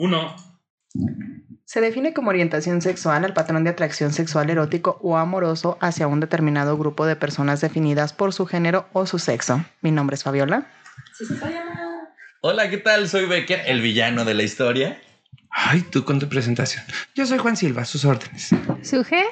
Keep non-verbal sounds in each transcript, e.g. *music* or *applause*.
Uno. Se define como orientación sexual al patrón de atracción sexual erótico o amoroso hacia un determinado grupo de personas definidas por su género o su sexo. Mi nombre es Fabiola. Sí, sí, soy yo. Hola, ¿qué tal? Soy Becker, el villano de la historia. Ay, tú con tu presentación. Yo soy Juan Silva, sus órdenes. Suje,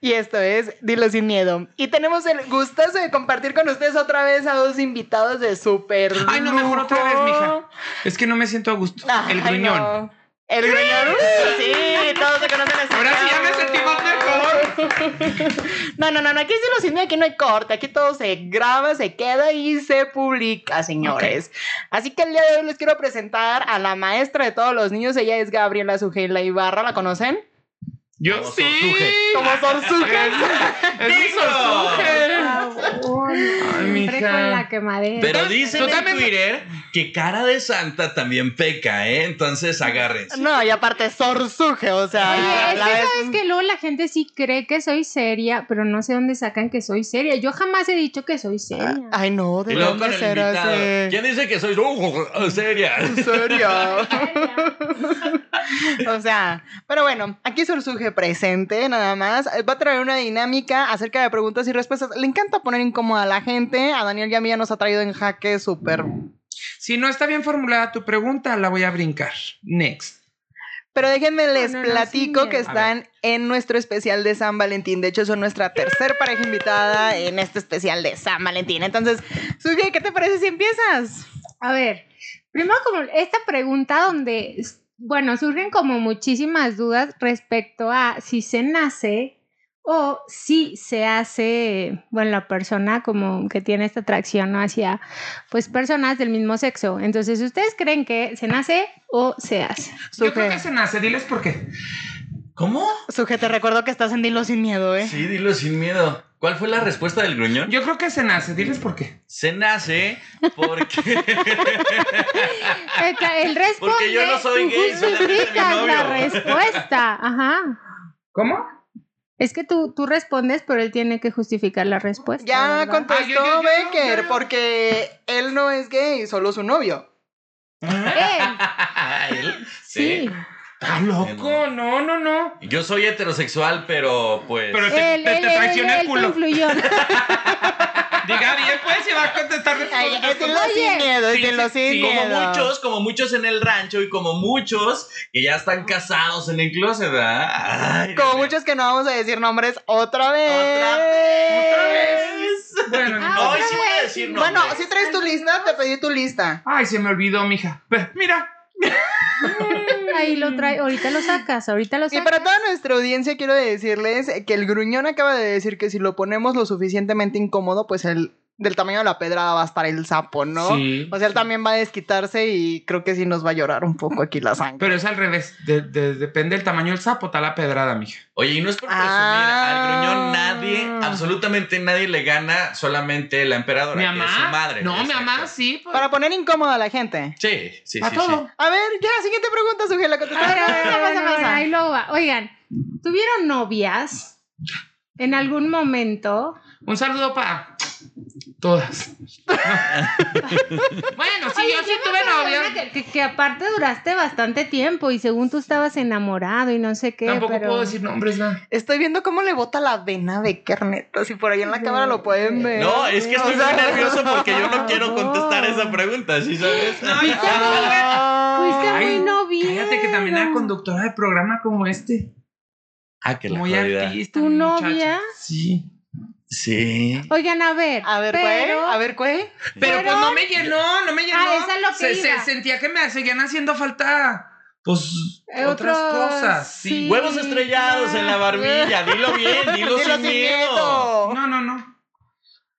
Y esto es Dilo Sin Miedo. Y tenemos el gustazo de compartir con ustedes otra vez a dos invitados de súper. Ay, no, mejor otra vez, lujo. mija. Es que no me siento a gusto. Ay, el gruñón. no. El gruñón. uh, Sí, todos se conocen así. Ahora sí ya me sentí más mejor. *laughs* No, no, no, no, aquí es Dilo Sin Miedo, aquí no hay corte. Aquí todo se graba, se queda y se publica, señores. Así que el día de hoy les quiero presentar a la maestra de todos los niños. Ella es Gabriela Sujela Ibarra. ¿La conocen? Yo Como sí. Sorzuje. Como Sorzuje. Es mi Digo. sorzuje. favor. mija. Siempre con la quemadera. Pero dicen tú en también- Twitter que cara de santa también peca, ¿eh? Entonces agárrense. No, y aparte Sorzuje, o sea. Oye, es la que vez- sabes que luego la gente sí cree que soy seria, pero no sé dónde sacan que soy seria. Yo jamás he dicho que soy seria. *laughs* Ay, no, ¿de Y luego con dónde el será invitado. ese? ¿Quién dice que soy uh, *laughs* seria? ¿En serio? o sea, pero bueno, aquí surge presente nada más. Eh, Va a traer una dinámica acerca de preguntas y respuestas. Le encanta poner incómoda a la gente. A Daniel y a mí ya nos ha traído en jaque súper. Si no está bien formulada tu pregunta, la voy a brincar. Next. Pero déjenme les No, no, no, platico sin que miedo. están en nuestro especial de San Valentín. De hecho, son nuestra tercer pareja invitada en este especial de San Valentín. Entonces, Suge, ¿qué te parece si empiezas? A ver, primero como esta pregunta donde, s- bueno, surgen como muchísimas dudas respecto a si se nace o si se hace, bueno, la persona como que tiene esta atracción ¿no? hacia, pues, personas del mismo sexo. Entonces, ¿ustedes creen que se nace o se hace? Yo creo Súper. que se nace. Diles por qué. ¿Cómo? Suge, te recuerdo que estás en Dilo sin miedo, ¿eh? Sí, dilo sin miedo. ¿Cuál fue la respuesta del gruñón? Yo creo que se nace. Diles por qué. Se nace porque... *laughs* El, Eh, el responde, Porque yo no soy tú gay, solamente mi justificas la novio. respuesta. Ajá. ¿Cómo? Es que tú, tú respondes, pero él tiene que justificar la respuesta. Ya ¿verdad? contestó Ah, yo, yo, yo, Becker, yo, yo. porque él no es gay, solo su novio. *laughs* Él, Él, sí. Está loco. No, no, no. Yo soy heterosexual, pero pues... Pero te, Él, te- él, te él, traiciona él, el culo. él te influyó. Diga bien, pues, si va a contestar. Ay, respuestas es de los como- sin miedo, es Sí, de sí, los sin sí. como miedo. muchos, como muchos en el rancho y como muchos que ya están casados en el closet, ¿verdad? Ay, Como Dios mío. muchos que no vamos a decir nombres otra vez. Otra Otra vez. Bueno, no. *laughs* Ah, No, otra sí voy a vez. decir no. Bueno, nombres. si traes tu lista, te pedí tu lista. Ay, se me olvidó, mija. Pero, mira, Ahí lo trae. Ahorita lo sacas, ahorita lo Y sacas. para toda nuestra audiencia quiero decirles que el gruñón acaba de decir que si lo ponemos lo suficientemente incómodo, pues el del tamaño de la pedrada va a estar el sapo, ¿no? Sí. O sea, él también va a desquitarse y creo que sí nos va a llorar un poco aquí la sangre. pero es al revés. De- de- depende del tamaño del sapo, está la pedrada, mija. Oye, y no es por presumir, Ah. al gruñón nadie, absolutamente nadie le gana, solamente la emperadora, Mi que es su mamá. madre. no, mi Exacto. mamá sí. pues. Para poner incómoda a la gente. Sí, sí, sí. a sí. todo. A ver, ya, siguiente pregunta, Sujela, contesta. A ver, a ver, Pasa, a ver, pasa, a ver, pasa. ahí luego va. Oigan, ¿tuvieron novias en algún momento? Un saludo para *laughs* todas. bueno, sí, Oye, yo sí yo me tuve acuerdo de novia. una Que, que- que aparte duraste bastante tiempo y según tú estabas enamorado y no sé qué. Tampoco pero- puedo decir nombres, ¿verdad? Estoy viendo cómo le bota la vena de carneta. Si por ahí en la Sí. cámara lo pueden ver. No, es que estoy O sea, muy nervioso porque yo *laughs* no quiero no. contestar esa pregunta, ¿sí sabes? Fuiste Ah, Ay, muy novia. Fíjate que también era conductora de programa como este. Ah, que la Muy jodida. artista. ¿Tu mi muchacha. novia? Sí. Sí. Oigan, a ver. A ver, pero- güey. A ver, güey. Pero, Pero- pues no me llenó, no me llenó. Ah, esa es lo que se, se iba. sentía que me seguían haciendo falta, pues, Eh, otras otros- cosas. Sí. sí. Huevos estrellados en la barbilla, dilo bien, *laughs* dilo, Dilo sin *laughs* miedo. No, no, no.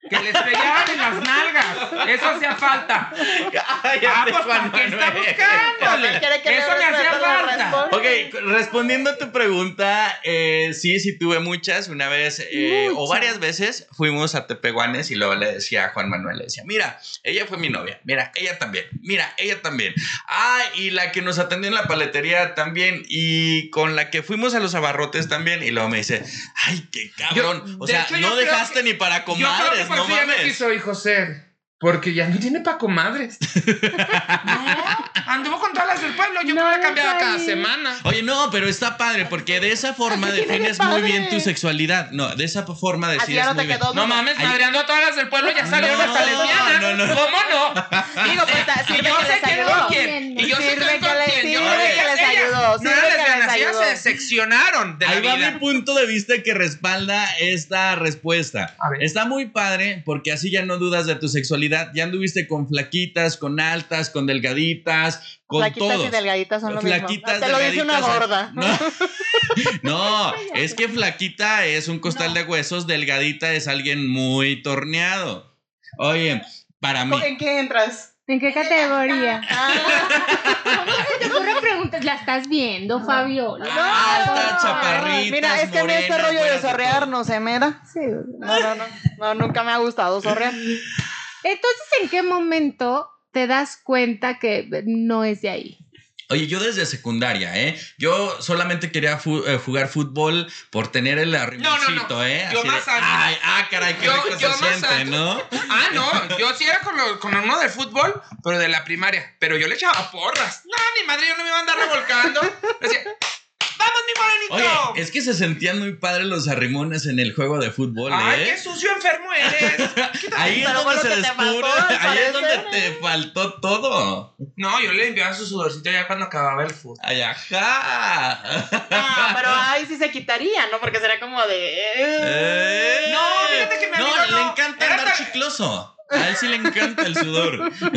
Que le estrellaban en las nalgas. Eso hacía *laughs* falta. Ah, Cállate, pues, ¿para Juan qué está *laughs* Manuel. buscándole? ¿Quiere que le Eso me hacía responda la falta. respuesta? Ok, respondiendo a tu pregunta, eh, sí, sí tuve muchas, una vez eh, o Muchas. varias veces fuimos a Tepehuanes y luego le decía a Juan Manuel, le decía, mira, ella fue mi novia, mira, ella también, mira, ella también. Ah, y la que nos atendió en la paletería también y con la que fuimos a los abarrotes también y luego me dice, ay, qué cabrón, Yo- o de sea, hecho, yo no creo dejaste que- ni para Yo creo que comadres, por no eso ya me mames. quiso, hijo ser. Porque ya no tiene pa' *laughs* comadres. *laughs* no, anduvo con todas las del pueblo. Yo No, me la no cambiaba cada sabía. semana. Oye, no, pero está padre porque de esa forma Ay, qué defines muy padre. bien tu sexualidad. No, de esa forma Así ya decides no muy te bien. quedó. No mames, Ay. madreando a todas las del pueblo ya salieron No, hasta lesbianas. no, no. ¿Cómo no? Ah. Digo, pues, Eh, sirve y yo que sé les quién ayudó. con quién. Y yo sé Sirve quién que con les- quién. Yo- sirve que ella- les ella ayudó, No sirve era que les lesbiana, ellas ayudó. se seccionaron de la Ahí va vida. mi punto de vista que respalda esta respuesta. A ver. Está muy padre porque así ya no dudas de tu sexualidad. Ya anduviste con flaquitas, con altas, con delgaditas, con Flaquitas todos. y delgaditas son lo Flaquitas, mismo. Te lo dice una delgaditas, gorda. No, No, es que flaquita es un costal No. de huesos, delgadita es alguien muy torneado. Oye, para mí. ¿En qué entras? ¿En qué categoría? Ah, ¿Cómo se te ocurre preguntas? La estás viendo, Fabiola. no. Ah, Altas, Ah, chaparritas, Mira, es que a mí este morenas, rollo de buenas de sorrear todo. no se me da. Sí. No, no, no. No, nunca me ha gustado sorrear. Entonces, ¿en qué momento te das cuenta que no es de ahí? Oye, yo desde secundaria, ¿eh? Yo solamente quería fu- eh, jugar fútbol por tener el arrimoncito, ¿eh? Yo Así más de, antes. Ay, ah, caray, qué Yo- rico yo se más siente, antes. ¿no? Ah, no, yo sí era con, lo- con uno de fútbol, pero de la primaria. Pero yo le echaba porras. No, mi madre, yo no me iba a andar revolcando. Decía, ¡vamos, mi Oye, morenito! es que se sentían muy padres los arrimones en el juego de fútbol, ¡Ay, ¿eh? qué sucio enfermo eres! Ahí es Pero donde fue se lo que te descubre, faltó, al *laughs* ahí es parecer. donde te faltó todo. No, yo le limpiaba su sudorcito ya cuando acababa el fútbol. Ay, ajá. No, pero ahí sí se quitaría, ¿no? Porque sería como de. Eh. *laughs* No, fíjate que mi No, amigo le no. encanta Era andar tan- chicloso. A él sí le encanta el sudor. ¿Cómo *laughs* se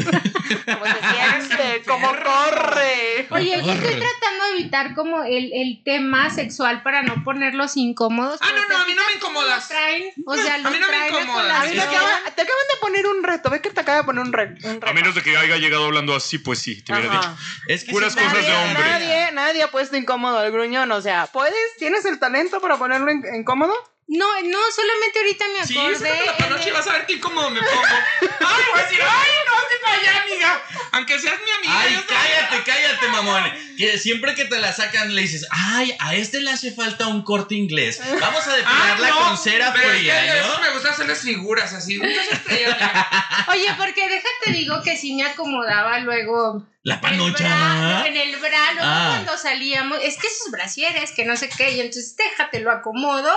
siente? ¿Cómo Perro. corre? Oye, yo estoy Horror. tratando de evitar como el, el tema sexual para no ponerlos incómodos. Ah, pero no, no, a mí no me ¿cómo lo incomodas. traen, o sea, A lo mí no me traen a incomodas. A mí colación. Sí. me acaban- te acaban de poner un reto. Ve que te acaba de poner un, re- un reto. A menos de que haya llegado hablando así, pues sí, te hubiera Ajá. dicho. Es que Puras sí, cosas de nadie, hombre. Nadie, nadie ha puesto incómodo al gruñón. O sea, ¿puedes? ¿Tienes el talento para ponerlo in- incómodo? No, no, solamente ahorita me Sí, acordé. sácate la panocha y eh, vas a ver qué cómodo me pongo. ¡Ay, voy a decir, ay, no, te para allá, amiga! Aunque seas mi amiga. Ay, yo te- cállate, cállate, mamón. Que siempre que te la sacan le dices, ay, a este le hace falta un corte inglés. Vamos a Ah, definirla no, con cera pero es que fría, ¿eh? a veces ¿no? me gusta hacerles figuras así. muchas estrellas, mira. Oye, porque déjate digo que sí me acomodaba luego La el panocha. bra- en el bra, luego Ah. cuando salíamos, es que esos brasieres, que no sé qué, y entonces déjate, lo acomodo,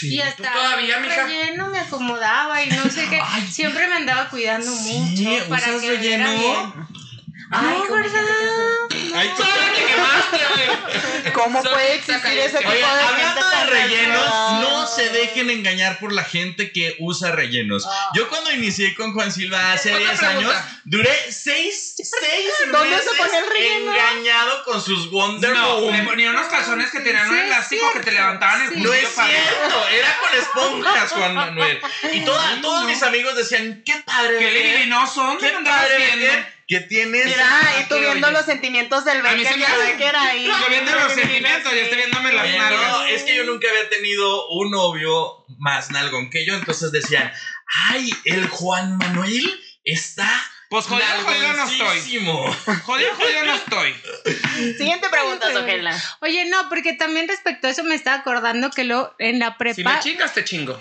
y tú hasta todavía, mija. relleno me acomodaba y no sé qué, Ay. siempre me andaba cuidando Sí, mucho para usas que me viera bien. relleno. Ay, No, Ay, ¡Ah, te quemaste, güey! ¿Cómo Son puede pizza existir ese tipo caliente. Oye, de gente hablando de tan rellenos, retrógrada? no se dejen engañar por la gente que usa rellenos. Yo cuando inicié con Juan Silva hace Otra 10 años, pregunta. duré 6 ¿Dónde se meses ponía el relleno? engañado con sus Wonder No, Woman. me ponía unos calzones que tenían Sí, un es elástico que cierto. te levantaban el Sí. cuello No es para- cierto, era con esponjas, Juan Manuel. Y toda- todos mis amigos decían, qué padre. Que Becker, Lili no son, qué ¿dónde andabas padre viendo? ¿eh? Becker, que tienes. Mira, y tú Oye. viendo los sentimientos del A mí se Becker y me el hace- Becker ahí. Yo viendo los sentimientos, yo estoy viéndome las Oye, no, nalgas. es que yo nunca había tenido un novio más nalgón que yo, entonces decían, ay, el Juan Manuel está Pues jodido, jodido no estoy. nalgoncísimo". Jodido, jodido no estoy. Siguiente pregunta, Sojela. Oye, no, porque también respecto a eso me estaba acordando que lo en la Si prepa. me chingas, te chingo.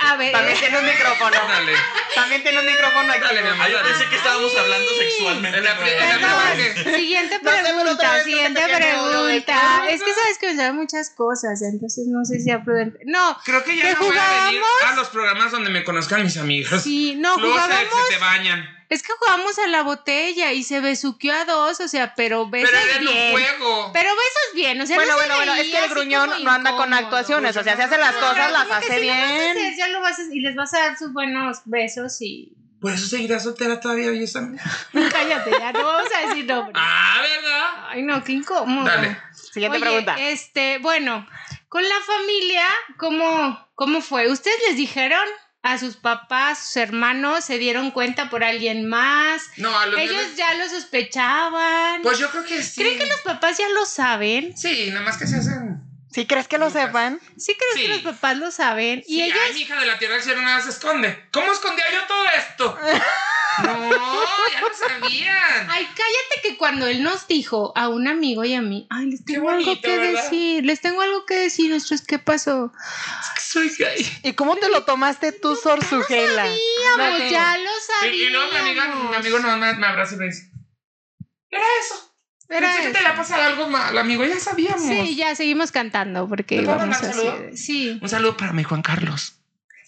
a ver, También tiene *laughs* un micrófono. Dale. También tiene un micrófono aquí. Dale, mi amor. Ay, parece que estábamos hablando sexualmente. En la pri- en la nuevamente. primera Perdón, vez. siguiente No sé, pero otra pregunta, vez creo que siguiente te quedé duro de pregunta. todo. Es que sabes que me saben muchas cosas, entonces no sé si sea prudente. No, Creo que ¿Que ya no voy a venir a jugamos? los programas donde me conozcan mis amigos. sí, no, Luego se, jugábamos. se te bañan. Es que jugamos a la botella y se besuqueó a dos, o sea, pero besos Pero era en un bien. juego. Pero besos bien, o sea, Bueno, no se bueno, bueno, es veía que el así como gruñón no anda con incómodo. actuaciones, o sea, se hace las No, cosas, pero las como que hace sí lo vas a bien. hacer, ya lo vas a- y les vas a dar sus buenos besos y *laughs* Por eso seguirás soltera todavía hoy esta. cállate, ya no vamos a decir nombres. Ah, ¿verdad? Ay, no, qué incómodo. Dale. Siguiente Oye, pregunta. Este, bueno, con la familia, ¿cómo, ¿cómo fue? ¿Ustedes les dijeron a sus papás, sus hermanos, se dieron cuenta por alguien más? No, a los Ellos míos- ya lo sospechaban. Pues yo creo que sí. ¿Creen que los papás ya lo saben? Sí, nada más que se hacen. Si crees que lo Lucas. sepan, Sí, creo Sí. que los papás lo saben. Sí, y ellos. *laughs* Ay, mi hija de la tierra del cielo nada se esconde. ¿Cómo escondía yo todo esto? No, ya lo sabían. Ay, cállate que cuando él nos dijo a un amigo y a mí, ay, les Qué tengo algo bonito, que ¿verdad? decir, les tengo algo que decir, nuestros, ¿qué pasó? Ah, Soy gay. ¿Y cómo te lo tomaste tú, Sor Sugela? Sabíamos, Claro. ya lo Y, sabíamos. y luego mi amiga, mi amigo nomás me, me abraza y me dice, era eso. Era Pensé que te eso. le ha pasado algo mal, amigo, ya sabíamos. Sí, ya seguimos cantando porque ¿Te puedo íbamos mandar así. saludo? Ah, de- Sí, Un saludo para mi Juan *laughs* Carlos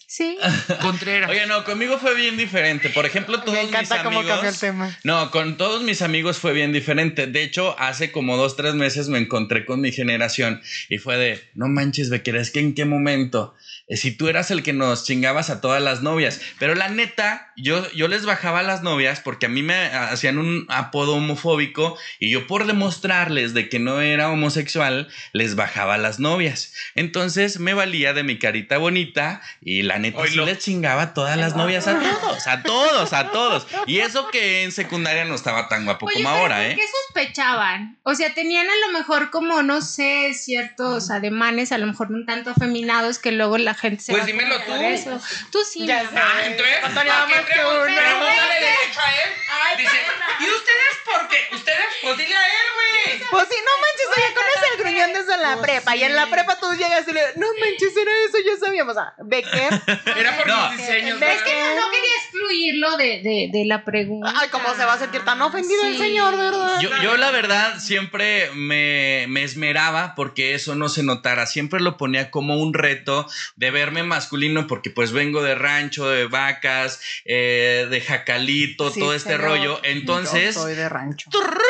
sí. Contreras. Oye, no, conmigo fue bien diferente. Por ejemplo, todos Me mis encanta cómo cambió el amigos. tema. No, con todos mis amigos fue bien diferente. De hecho, hace como dos, tres meses me encontré con mi generación y fue de, no manches, Becker, es que en qué momento. Eh, Si tú eras el que nos chingabas a todas las novias. Pero la neta, yo, yo les bajaba a las novias porque a mí me hacían un apodo homofóbico y yo por demostrarles de que no era homosexual, les bajaba a las novias. Entonces me valía de mi carita bonita y la neta sí Oilo. les chingaba a todas las novias, a todos, a todos, a todos. Y eso que en secundaria no estaba tan guapo Oye, como pero ahora, ¿por ¿eh? ¿Qué sospechaban? O sea, tenían a lo mejor como, no sé, ciertos ademanes, a lo mejor un tanto afeminados que luego la gente se. Pues va a dímelo acordar tú. de eso. Tú sí. mi Ya amor. Ah, entonces, No tenía ¿para qué más que pregun- uno. pregúntale derecho a él? Dice, ¿y ustedes por qué? Ustedes, pues dile a él, güey. Pues sí, no manches, oye, conoces el gruñón desde la Pues prepa. Y en la prepa tú llegas y le no manches, era eso, ya sabíamos. Ah, *laughs* Becker. Era por No. mis diseños, ¿Ves Es que Ah, no, no quería excluirlo de, de, de la pregunta. Ay, cómo se va a sentir tan ofendido el Sí. señor, ¿verdad? Yo, yo, la verdad siempre me, me esmeraba porque eso no se notara. Siempre lo ponía como un reto de verme masculino porque pues vengo de rancho, de vacas, eh, de jacalito, Sí, todo este señor. rollo. Entonces, Yo soy de rancho. Por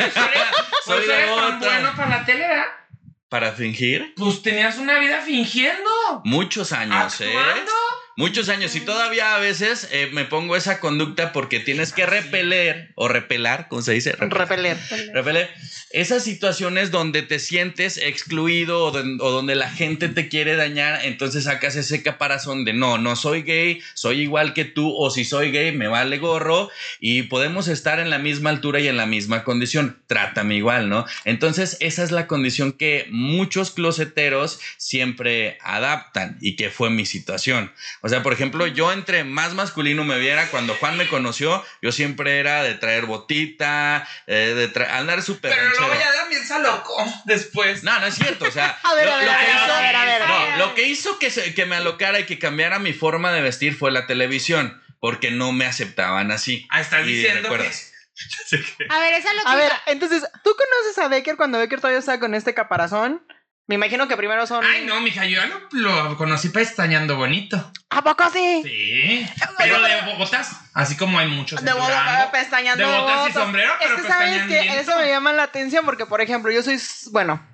eso eres, por Soy eso eres tan devota. bueno para la tele, ¿verdad? para fingir, Pues tenías una vida fingiendo. muchos ¿Ah, años, ¿eh? Actuando. Muchos años y todavía a veces eh, me pongo esa conducta porque tienes que repeler o repelar, ¿cómo se dice? Repelar. Repeler. Rafael, esas situaciones donde te sientes excluido o, don- o donde la gente te quiere dañar, entonces sacas ese caparazón de no, no soy gay, soy igual que tú, o si soy gay, me vale gorro, y podemos estar en la misma altura y en la misma condición, trátame igual, ¿no? Entonces esa es la condición que muchos closeteros siempre adaptan y que fue mi situación. O sea, por ejemplo, yo entre más masculino me viera, cuando Juan me conoció, yo siempre era de traer botita, eh, de tra- andar súper Pero luego ranchero. ya también se loco después. No, no es cierto, o sea, *laughs* A ver, lo- a ver, lo a que ver, hizo- a ver, a ver. a ver. no, lo que hizo que, se- que me alocara y que cambiara mi forma de vestir fue la televisión, porque no me aceptaban así. Ah, estás Y diciendo que... recuerdas. A ver, esa es lo que. *laughs* A ver, entonces, ¿tú conoces a Becker cuando Becker todavía está con este caparazón? Me imagino que primero son. Ay, no, mija, yo ya lo, lo conocí pestañando bonito. ¿A poco sí? Sí. Pero de botas, así como hay muchos. en De botas, Durango. pestañando de botas y botas. sombrero, Es pero pues, que sabes pestañan que bien. eso me llama la atención porque, por ejemplo, yo soy, s- bueno,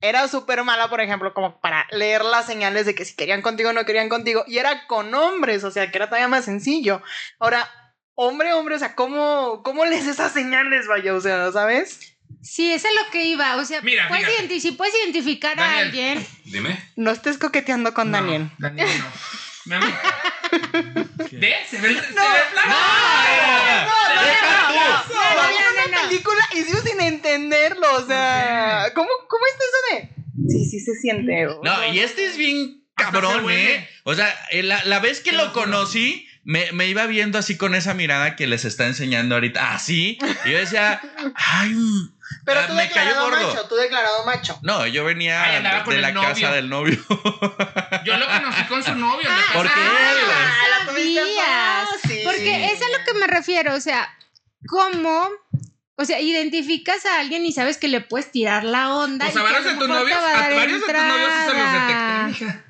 era súper mala, por ejemplo, como para leer las señales de que si querían contigo o no querían contigo, y era con hombres, o sea, que era todavía más sencillo. Ahora, hombre, hombre, o sea, ¿cómo, cómo lees esas señales, vaya? O sea, ¿sabes? Sí, esa es lo que iba. O sea, Mira, puedes fíjate. identi- si puedes identificar a Daniel. alguien. Dime. No estés coqueteando con No, Daniel. Daniel no. Mi *laughs* amor. ¿Ves? Se ve, se ve plano. no, no, Deja no, tú. no, no, No, vi no, no, una no. película y sigo sin entenderlo, o sea, ¿cómo, cómo está eso de? Sí, sí se siente. o- No, y este es bien Hasta se cabrón, huele. ¿eh? O sea, eh, la, la vez que Te lo lo juro. conocí, me, me iba viendo así con esa mirada que les está enseñando ahorita, así, y yo decía, ay, mm". Pero Ah, tú me cayó declarado gordo. macho, tú declarado macho. no, yo venía Ay, andaba de- con de el la novio. casa del novio. Yo lo conocí con su novio. en la Ah, casa. ¿Por qué? ah, la tuviste sabías. fácil. Porque es a lo que me refiero. O sea, ¿cómo? O sea, identificas a alguien y sabes que le puedes tirar la onda. O y que sea, varios lo de tus mejor te novios, va a a dar varios de tus novios sí se los detecté, entrada. mija.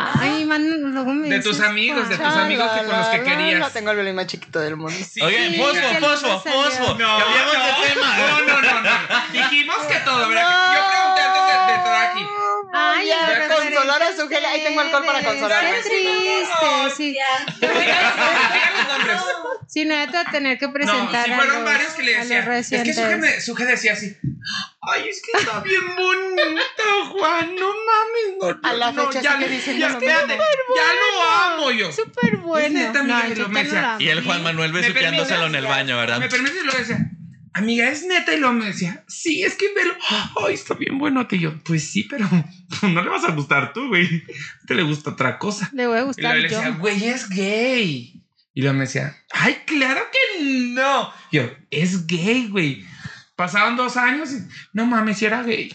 Ay, man, luego me De tus dices, amigos, de tus "Juan". Cha, amigos que la, con los que la, la, querías. No tengo el violín más chiquito del mundo. *laughs* Sí. Oye, Sí, fosfo, que fosfo, no salió. fosfo, No, cambiamos no, de tema. ¿eh? No, no, no, no. Dijimos que todo, ¿verdad? Yo pregunté antes de, de entrar aquí. Ay, Ay, ya, pero consolar a su gel. Ahí tengo alcohol para qué consolarme. triste, sí. *laughs* Digan los nombres. Sí, no, ya te va a tener que No, presentar sí a fueron los- varios que le a los decían. Es que recientes. Suje, me- Suje decía así. Ay, es que está bien bonito, Juan. No mames, no. A la no, fecha ya, sigue diciendo ya, lo espérate, ya lo amo yo. Súper bueno. neta, mira, que yo lo me te decía. amo. Y el Juan Manuel Me besuqueándoselo en el baño, ¿verdad? ¿Me permites? Y lo decía, amiga, es neta. Y lo me decía, sí, es que velo. Ay, está bien bueno. Y yo, pues sí, pero *laughs* no le vas a gustar tú, güey. Te le gusta otra cosa. Le voy a Y luego gustar le yo. decía, güey, es gay. Y luego me decía, ay, claro que no. Yo, es gay, güey. Pasaban dos años y no mames, si era *laughs* gay.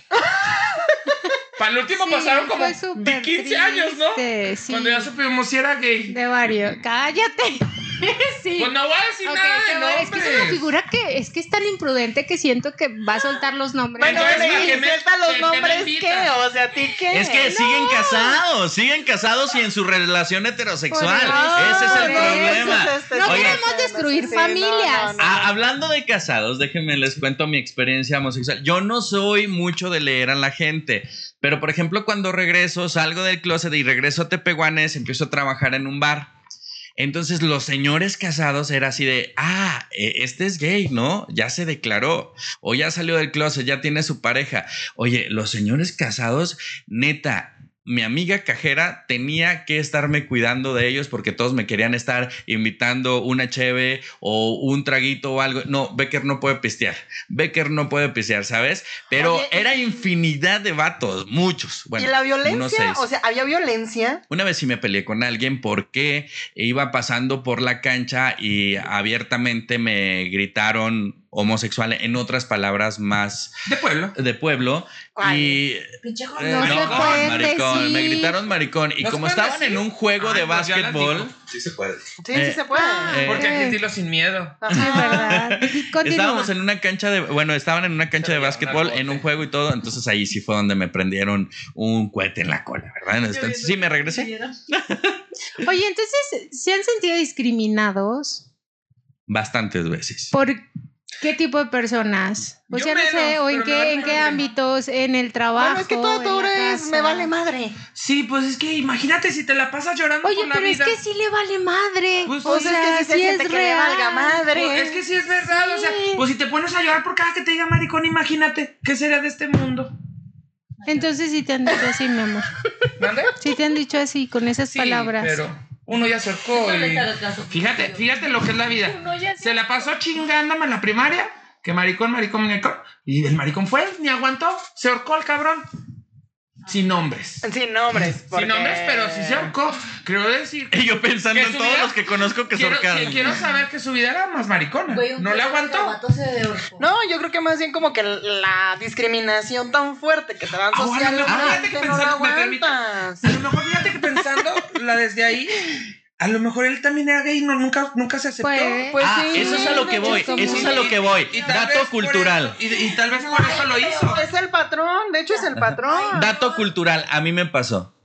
Para el último Sí, pasaron como fue súper de 15 años, ¿no? triste, sí. Cuando ya supimos si era gay. De varios. Cállate. *laughs* sí. Pues no voy a decir Ok, nada qué de bueno, es que es una nombres. figura que es que es tan imprudente que siento que va a soltar los nombres. Bueno, Entonces, me ¿a qué me- insultan qué los me nombres, ¿qué? invitas? O sea, ¿a ti qué? Es que siguen casados, siguen casados y en su relación heterosexual. Por Ese es el eso, problema. eso es este No Oigan. queremos destruir Sí, no, familias. no, no. Ah, hablando de casados, déjenme les cuento mi experiencia homosexual. Yo no soy mucho de leer a la gente, pero por ejemplo, cuando regreso, salgo del closet y regreso a Tepehuanes, empiezo a trabajar en un bar. Entonces, los señores casados era así de, ah, eh, este es gay, ¿no? Ya se declaró, o ya salió del closet, ya tiene su pareja. Oye, los señores casados, neta. Mi amiga cajera tenía que estarme cuidando de ellos porque todos me querían estar invitando una cheve o un traguito o algo. No, Becker no puede pistear. Becker no puede pistear, ¿sabes? Pero Oye, y- era infinidad de vatos, muchos. Bueno, ¿Y la unos violencia? seis. o sea, ¿había violencia? Una vez sí me peleé con alguien porque iba pasando por la cancha y abiertamente me gritaron homosexual en otras palabras más De pueblo. de pueblo. Y pinche eh, No se puede maricón, me decir. gritaron maricón. Y No se como puede estaban decir. en un juego Ay, de pues ya la básquetbol, dijo. Sí se puede. Sí, sí eh, se puede. Ah, ah, Porque hay Eh. que decirlo sin miedo. Sí, es Ajá. verdad. Continúa. Estábamos en una cancha de, bueno, estaban en una cancha de Pero ya, básquetbol, una en un bote. juego y todo, entonces ahí sí fue donde me prendieron un cohete en la cola, ¿verdad? Entonces, sí, me regresé. Oye, entonces, ¿se han sentido discriminados? Bastantes veces. ¿Por qué tipo de personas? O Yo sea, no sé, menos, o en pero me vale qué, en qué madre. ámbitos, en el trabajo. Bueno, es que todo en tú la eres, casa? me vale madre. Sí, pues es que imagínate si te la pasas llorando Oye, por la pero es vida. que sí le vale madre. Pues, o Pues es sea, que si se sí siente es que le real. valga madre. Pues, es que sí es verdad, o sea, Sí. pues si te pones a llorar por cada que te diga maricón, imagínate qué sería de este mundo. Entonces sí te han dicho así, mi amor. ¿Mande? Sí te han dicho así, con esas Sí, palabras. pero uno ya se ahorcó y... Fíjate, fíjate lo que es la vida. Se la pasó chingándome en la primaria, que maricón, maricón, maricón, y el maricón fue, ni aguantó, se ahorcó el cabrón. Sin nombres. Sin nombres. porque- Sin nombres, pero sí se ahorcó. Creo decir Y *laughs* yo pensando ¿Que en su todos vida? los que conozco que se Quiero, ahorcaron. qui- quiero saber que su vida era más maricona. no le aguantó. No, yo creo que más bien como que la discriminación tan fuerte que te dan Ahora, socialmente fíjate que no la pensando, me permite- aguantas. A lo mejor fíjate que pensando la desde ahí, a lo mejor él también era gay, no, nunca, nunca se aceptó. Pues, Pues ah, sí, eso es a lo que de voy, hecho, eso es como- a lo que voy. Y tal vez Dato por cultural. eso- y, y tal vez por eso lo hizo. Es el patrón, de hecho es el patrón. Dato cultural, a mí me pasó.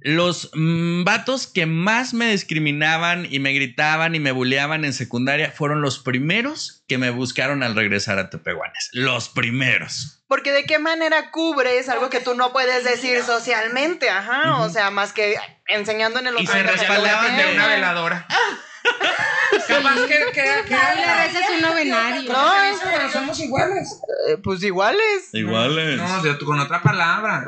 Los mm, vatos que más me discriminaban y me gritaban y me buleaban en secundaria fueron los primeros que me buscaron al regresar a Tepehuanes. Los primeros. Porque de qué manera cubres algo que tú no puedes decir socialmente, ajá, o sea, más que enseñando en el Y otro. se Ay, no, ya le voy a respaldaban prender de- una veladora. Capaz que, que, que, Le rezas un novenario. No, es- pero somos iguales. eh, pues iguales Iguales. No, de- con otra palabra.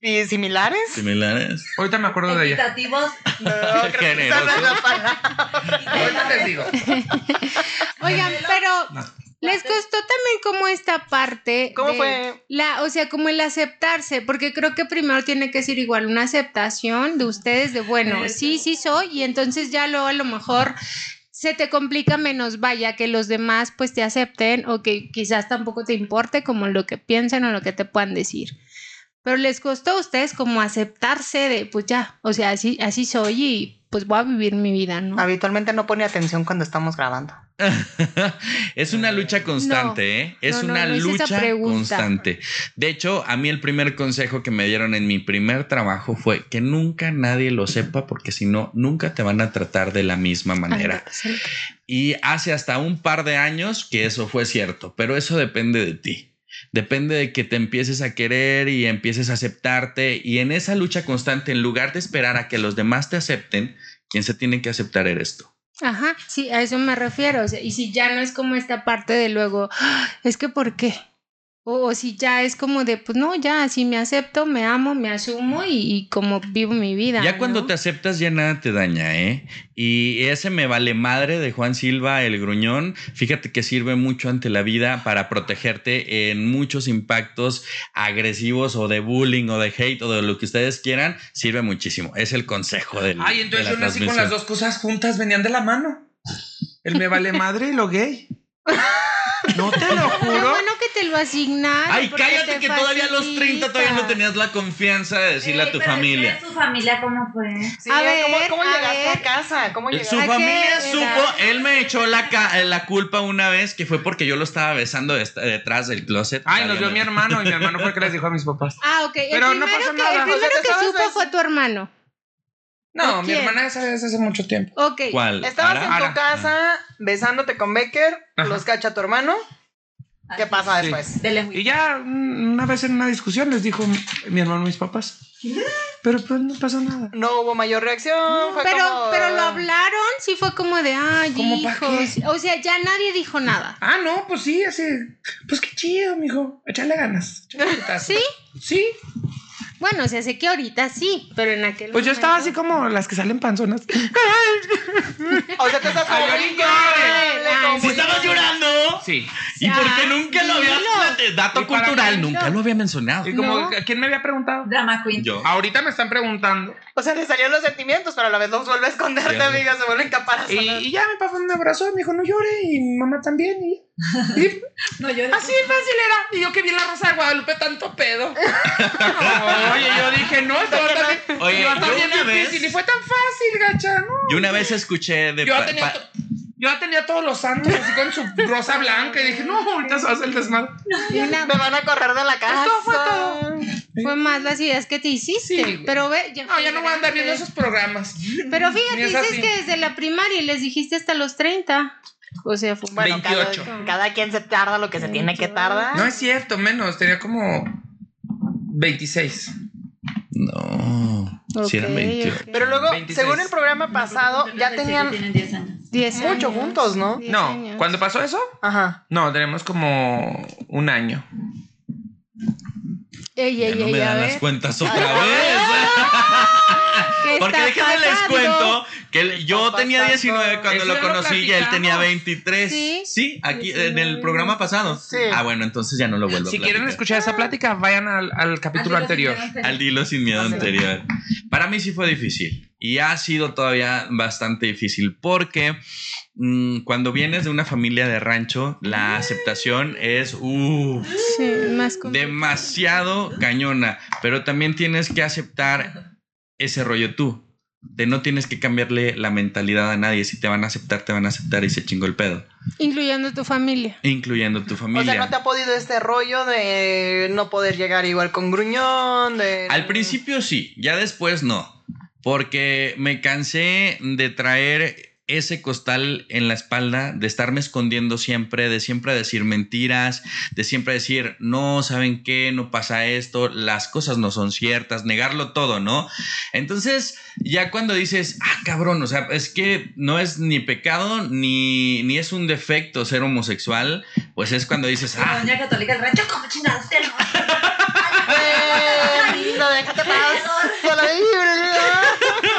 y *laughs* similares. Similares. Ahorita me acuerdo de ella. No, creo que esa *laughs* no es la palabra. Ahorita les digo. Oigan, pero No. les costó también como esta parte. ¿Cómo de fue? La, o sea, como el aceptarse, porque creo que primero tiene que ser igual una aceptación de ustedes de bueno, sí, sí soy, y entonces ya luego a lo mejor se te complica menos, vaya, que los demás pues te acepten o que quizás tampoco te importe como lo que piensen o lo que te puedan decir. Pero les costó a ustedes como aceptarse de pues ya, o sea, así, así soy y pues voy a vivir mi vida, ¿no? Habitualmente no pone atención cuando estamos grabando. es una lucha constante, ¿eh? Es no, no, una no hice esa lucha pregunta. constante. De hecho, a mí el primer consejo que me dieron en mi primer trabajo fue que nunca nadie lo sepa porque si no, nunca te van a tratar de la misma manera. Y hace hasta un par de años que eso fue cierto, pero eso depende de ti. Depende de que te empieces a querer y empieces a aceptarte. Y en esa lucha constante, en lugar de esperar a que los demás te acepten, quien se tiene que aceptar eres tú. Ajá, sí, a eso me refiero. o sea, y si ya no es como esta parte de luego, "Ah, es que ¿por qué? O, o si ya es como de, pues no, ya, así me acepto, me amo, me asumo y, y como vivo mi vida. Ya cuando ¿no? te aceptas ya nada te daña, ¿eh? Y ese me vale madre de Juan Silva, el gruñón, fíjate que sirve mucho ante la vida para protegerte en muchos impactos agresivos o de bullying o de hate o de lo que ustedes quieran, sirve muchísimo. Es el consejo del... Ay, entonces de yo la nací con transmisión. las dos cosas juntas, venían de la mano. El me vale madre y lo gay. No te *laughs* lo Qué juro. bueno que te lo asignaron. Ay, porque cállate te que todavía a los 30 todavía no facilita. tenías la confianza de decirle Eh, a tu familia. ¿Su familia cómo fue? Sí, A ¿cómo, ver, cómo a llegaste ver. a casa? ¿Cómo Su ¿A llegaste? qué familia edad? supo, él me echó la, ca- eh, la culpa una vez que fue porque yo lo estaba besando de- detrás del closet. Ay, nos Había- vio mi hermano y mi hermano fue el que les dijo a mis papás. Ah, ok. Pero el no primero pasa que, nada. El O sea, primero te que estabas supo des- fue tu hermano. No, mi quién? hermana esa es hace mucho tiempo. Ok. ¿Cuál? Estabas ¿Ara? en tu Ara. casa besándote con Becker, Ajá. los cacha tu hermano. ¿Qué pasa Sí. después? De Y ya mm, una vez en una discusión les dijo mi- mi hermano a mis papás. Pero pues no pasó nada. No hubo mayor reacción. fue Pero, como- pero lo hablaron, sí fue como de, ay, ¿Cómo pa' hijos. O sea, ya nadie dijo nada. Ah, no, pues sí, así. Pues qué chido, mijo. Echarle ganas. échale putazo. ¿Sí? Sí. Bueno, o sea, sé que ahorita sí, pero en aquel Pues yo estaba así momento- como las que salen panzonas. O sea, te estás Ay, como- Olin, llore. Le como- Si estabas llorando. Sí. ¿Y por qué nunca lo había dilo. plate- Dato Y para cultural, mí, nunca lo había mencionado. Y como, No. ¿quién me había preguntado? Drama queen. Yo. Ahorita me están preguntando. O sea, le salieron los sentimientos, pero a la vez los vuelve a esconderte, Ya. amiga. Se vuelven Y, caparazones. y ya mi papá me abrazó, me dijo, no llore, y mi mamá también. Y, No, yo así de fácil era. Y yo que vi en la Rosa de Guadalupe tanto *laughs* pedo. Oye, yo dije, no, esto va a estar bien- Oye, iba a estar yo bien una vez- difícil. Y fue tan fácil, gacha, ¿no? Yo una vez escuché de. Yo pa- tenía, pa- to- yo ya tenía todos los santos así con su rosa blanca. Y dije, no, ahorita se va a hacer el desmadre. Una- Me van a correr de la casa. Esto fue todo. Fue más las ideas que te hiciste. Sí, güey. pero ve, ya No, ya no voy a andar viendo esos programas. Pero Ni fíjate, es dices así. que desde la primaria y les dijiste hasta los 30. O sea, fue Bueno, cada- 28. Cada, quien se tarda lo que se tiene que tardar. No es cierto, menos. Tenía como 26. No. Si eran Ok, 28. ok. Pero luego, 26. según el programa pasado, ya tenían. Tienen 10 años. 10 mucho años, juntos, ¿no? 10 No, años. cuando pasó eso, Ajá. no, tenemos como un año. Ey, Ya ey, no ey, me a dan ver, las cuentas otra vez. ¿qué está Porque déjenme les pasando? cuento que el- yo Está tenía pasando. 19 cuando Eso lo ya lo conocí y él platicamos. tenía 23. Sí. aquí en el 19. programa pasado. Sí. Ah, bueno, entonces ya no lo vuelvo Si a quieren platicar. escuchar esa plática, vayan al, al capítulo anterior. Al dilo sin miedo Ah, sí. anterior. Para mí sí fue difícil. Y ha sido todavía bastante difícil porque mm, cuando vienes de una familia de rancho, la aceptación es uff, Sí, más con- demasiado cañona. Pero también tienes que aceptar ese rollo tú. De no tienes que cambiarle la mentalidad a nadie. Si te van a aceptar, te van a aceptar y se chingó el pedo. Incluyendo tu familia. Incluyendo tu O familia. sea, no te ha podido este rollo de no poder llegar igual con gruñón. De... *laughs* Al principio sí, ya después no. Porque me cansé de traer ese costal en la espalda, de estarme escondiendo siempre, de siempre decir mentiras, de siempre decir, no, ¿saben qué? No pasa esto, las cosas no son ciertas, negarlo todo, ¿no? Entonces, ya cuando dices, ah, cabrón, o sea, es que no es ni pecado ni, ni es un defecto ser homosexual, pues es cuando dices, La ah, doña católica del rancho, como chingados, te lo- Bueno, déjate paso la Biblia.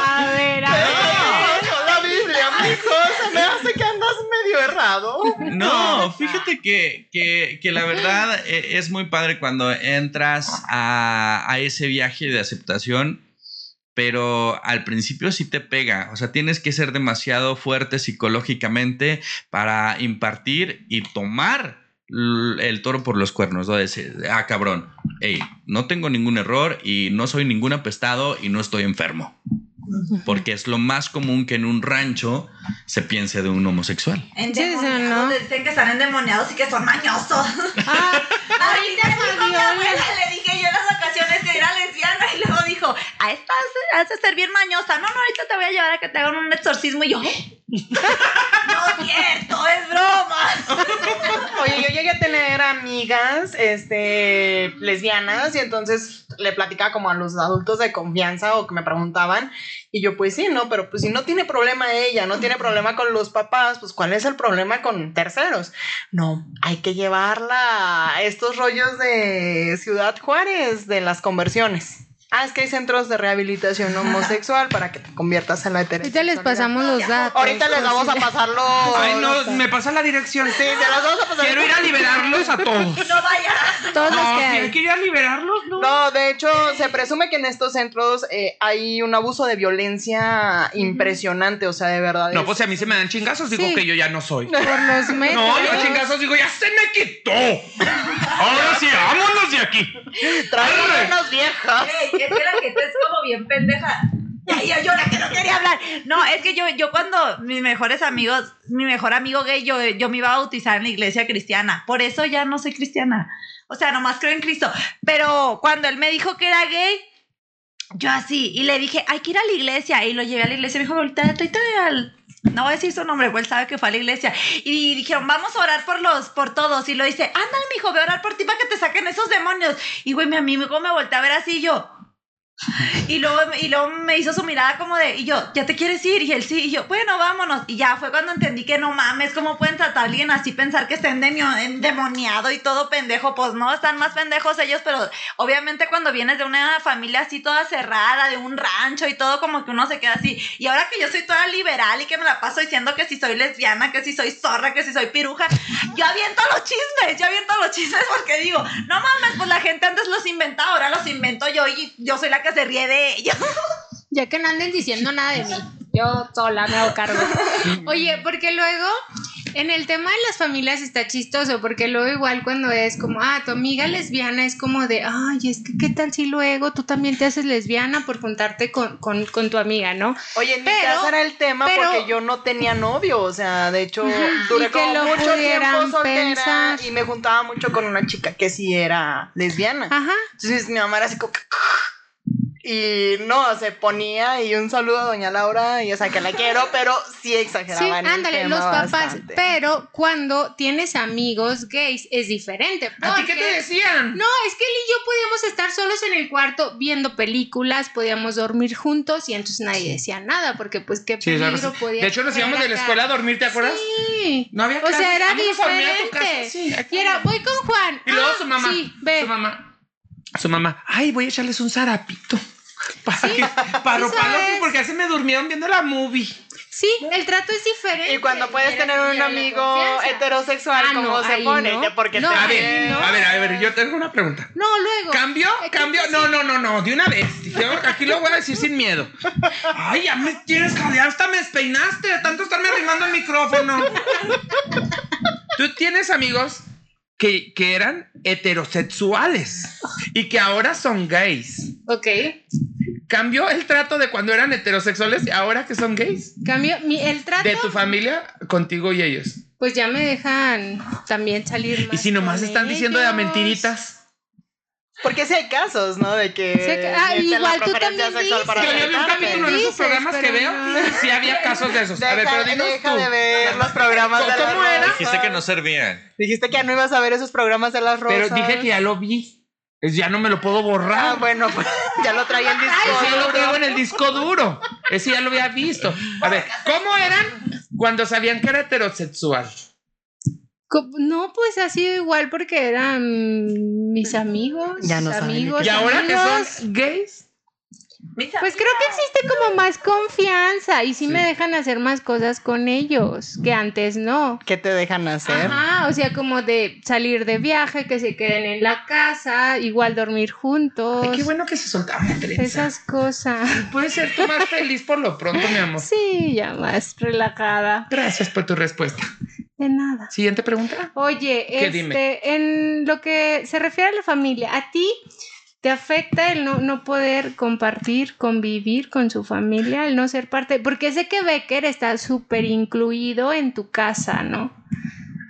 A ver, a ver. *laughs* Paso la Biblia, mijo. Se me hace que andas medio errado. No, fíjate que, que- que la verdad eh, es muy padre cuando entras a, a ese viaje de aceptación, pero al principio sí te pega, o sea, tienes que ser demasiado fuerte psicológicamente para impartir y tomar l- el toro por los cuernos, ¿no? Decir, ah, cabrón, hey, no tengo ningún error y no soy ningún apestado y no estoy enfermo. Porque es lo más común que en un rancho se piense de un homosexual. Endemoniados, Sí, sí, ¿no? les dicen que están endemoniados y que son mañosos. *laughs* Ah, Ahorita dijo mi Fabiola. abuela, le dije yo en las ocasiones que era lesbiana y luego dijo, a esta has, has de ser bien mañosa. No, no, ahorita te voy a llevar a que te hagan un exorcismo y yo. "¿Eh? *laughs* no es cierto, es broma. Oye, yo llegué a tener amigas este, lesbianas y entonces le platicaba como a los adultos de confianza o que me preguntaban y yo pues sí, ¿no? Pero pues si no tiene problema ella, no tiene problema con los papás, pues ¿cuál es el problema con terceros? No, hay que llevarla a estos rollos de Ciudad Juárez, de las conversiones. Ah, es que hay centros de rehabilitación homosexual para que te conviertas en la ahorita heterosexualidad. les pasamos los datos. Ahorita les vamos a pasar los... Ay, no, me pasa la dirección. Sí, se las vamos a pasar. Quiero ir a liberarlos a todos. No vaya. Todos los No, que sí, Hay que ir a liberarlos, ¿no? No, de hecho, se presume que en estos centros eh, hay un abuso de violencia impresionante, o sea, de verdad. No, es- pues si a mí se me dan chingazos, digo Sí. que yo ya no soy. Por los metros. No, yo chingazos digo, ya se me quitó. Ahora sí, vámonos de aquí. Tráigame unas viejas. Ey, es que la gente es como bien pendeja. Ya, ya, yo la que no quería hablar. No, es que yo, yo cuando mis mejores amigos, mi mejor amigo gay, yo, yo me iba a bautizar en la iglesia cristiana. Por eso ya no soy cristiana. O sea, nomás creo en Cristo. Pero cuando él me dijo que era gay, yo así, y le dije, hay que ir a la iglesia. Y lo llevé a la iglesia. Me dijo, ahorita ahorita al. No voy a decir su nombre, pues él sabe que fue a la iglesia. Y dijeron, vamos a orar por los, por todos. Y lo dice, ándale, mijo, voy a orar por ti para que te saquen esos demonios. Y güey, mi amigo me voltea a ver así y yo. Y luego, y luego me hizo su mirada como de, y yo, ¿ya te quieres ir? Y él sí, y yo, bueno, vámonos. Y ya fue cuando entendí que no mames, ¿cómo pueden tratar a alguien así, pensar que está endemio- endemoniado y todo pendejo? Pues no, están más pendejos ellos, pero obviamente cuando vienes de una familia así toda cerrada, de un rancho y todo, como que uno se queda así. Y ahora que yo soy toda liberal y que me la paso diciendo que si soy lesbiana, que si soy zorra, que si soy piruja, yo aviento los chismes, yo aviento los chismes porque digo, no mames, pues la gente antes los inventaba, ahora los invento yo y yo soy la que se ríe de ellos. *laughs* Ya que no anden diciendo nada de mí. Yo sola me hago *laughs* cargo. Oye, porque luego en el tema de las familias está chistoso, porque luego igual cuando es como, ah, tu amiga lesbiana es como de, ay, es que qué tal si luego tú también te haces lesbiana por juntarte con, con, con tu amiga, ¿no? Oye, en mi Pero- casa era el tema pero- porque yo no tenía novio, o sea, de hecho, duré y que como lo mucho tiempo pudieran soltera pensar. y me juntaba mucho con una chica que sí era lesbiana. Ajá. Entonces mi mamá era así como que- Y no, se ponía y un saludo a doña Laura, y o sea que la quiero, pero sí exageraba. Sí, en el ándale, tema los papás. bastante. Pero cuando tienes amigos gays es diferente. ¿A ti qué te porque- decían? No, es que él y yo podíamos estar solos en el cuarto viendo películas, podíamos dormir juntos y entonces nadie decía nada porque pues qué Sí, peligro claro, sí. podía De hecho, nos correr íbamos de la acá. escuela a dormir, ¿te acuerdas? Sí. No había O sea, clases. era Vámonos a dormir a tu casa. diferente. Sí, aquí Y era, vamos. voy con Juan. Y luego Ah, su mamá. Sí, ve. Su mamá. Su mamá. Ay, voy a echarles un zarapito. *laughs* Para que, para eso roparlos, es. porque así me durmieron viendo la movie. Sí, el trato es diferente. Y cuando puedes Era tener un cambiar la amigo confianza. heterosexual, Ah, como no, se ahí pone? no. Que Porque No, A Ay, ver, no. a ver, a ver, yo tengo una pregunta. No, luego. ¿Cambio? Es que ¿Cambio? sí. No, no, no, no, de una vez. Dije, Aquí lo voy a decir sin miedo. Ay, ya me quieres jalear, hasta me despeinaste, de tanto estarme arrimando el micrófono. Tú tienes amigos que, que eran heterosexuales y que ahora son gays. Ok. ¿Cambió el trato de cuando eran heterosexuales y ahora que son gays? Cambio. Mi- el trato, De tu familia, contigo y ellos. pues ya me dejan también salir más. Y si nomás con están diciendo de a ellos. mentiritas. Porque sí hay casos, ¿no? De que. Sí hay ca- ah, dicen la igual tú preferencia también sexual dices. para Yo, yo vi un adelante. capítulo en esos Dices, programas que pero veo. no. Sí había casos de esos. Deja, a ver, pero dinos deja tú. de ver los programas de ¿Cómo las era? rosas. Dijiste que no servían. Dijiste que ya no ibas a ver esos programas de las rosas. Pero dije que ya lo vi. Es- ya no me lo puedo Ah, borrar. bueno, pues *laughs* ya lo traía el disco. Ese ya lo duro. tengo en el disco duro. Ese ya lo había visto. A ver, ¿cómo eran cuando sabían que era heterosexual? Co- No, pues ha sido igual porque eran mis amigos. Ya no saben ni amigos, Y ahora que amigos. son gays. Pues creo que existe como más confianza y sí, me dejan hacer más cosas con ellos que antes no. ¿Qué te dejan hacer? Ajá, o sea, como de salir de viaje, que se queden en la casa, igual dormir juntos. Ay, qué bueno que se soltaron la trenza. Esas cosas. Puedes ser tú más feliz por lo pronto, mi amor. Sí, ya más relajada. Gracias por tu respuesta. De nada. Siguiente pregunta. Oye, ¿Qué este, dime? en lo que se refiere a la familia, ¿a ti te afecta el no, no poder compartir, convivir con su familia, el no ser parte? Porque sé que Becker está súper incluido en tu casa, ¿no?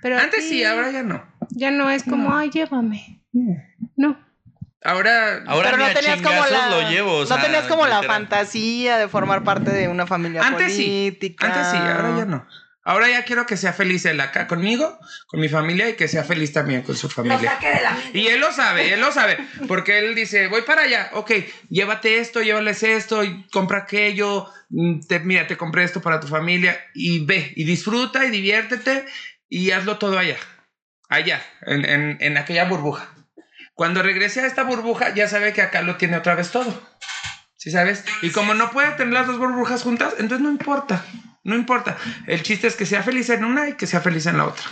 Pero a Antes ti sí, ahora ya no. Ya no es como, ay, llévame. No. Ahora Ahora Pero ni no a tenías como chingazos la, lo llevo. o sea, no tenías como la literal. fantasía de formar parte de una familia Antes sí, política. Antes sí, ahora ya no. Ahora ya quiero que sea feliz él acá conmigo, con mi familia y que sea feliz también con su Lo familia. saqué de la mente. Y él lo sabe, él lo sabe, porque él dice, voy para allá, ok, llévate esto, llévales esto, y compra aquello, mm, te- mira, te compré esto para tu familia y ve y disfruta y diviértete y hazlo todo allá, allá, en, en- en aquella burbuja. Cuando regrese a esta burbuja ya sabe que acá lo tiene otra vez todo, ¿sí sabes? Y como no puede tener las dos burbujas juntas, entonces no importa, no importa. El chiste es que sea feliz en una y que sea feliz en la otra.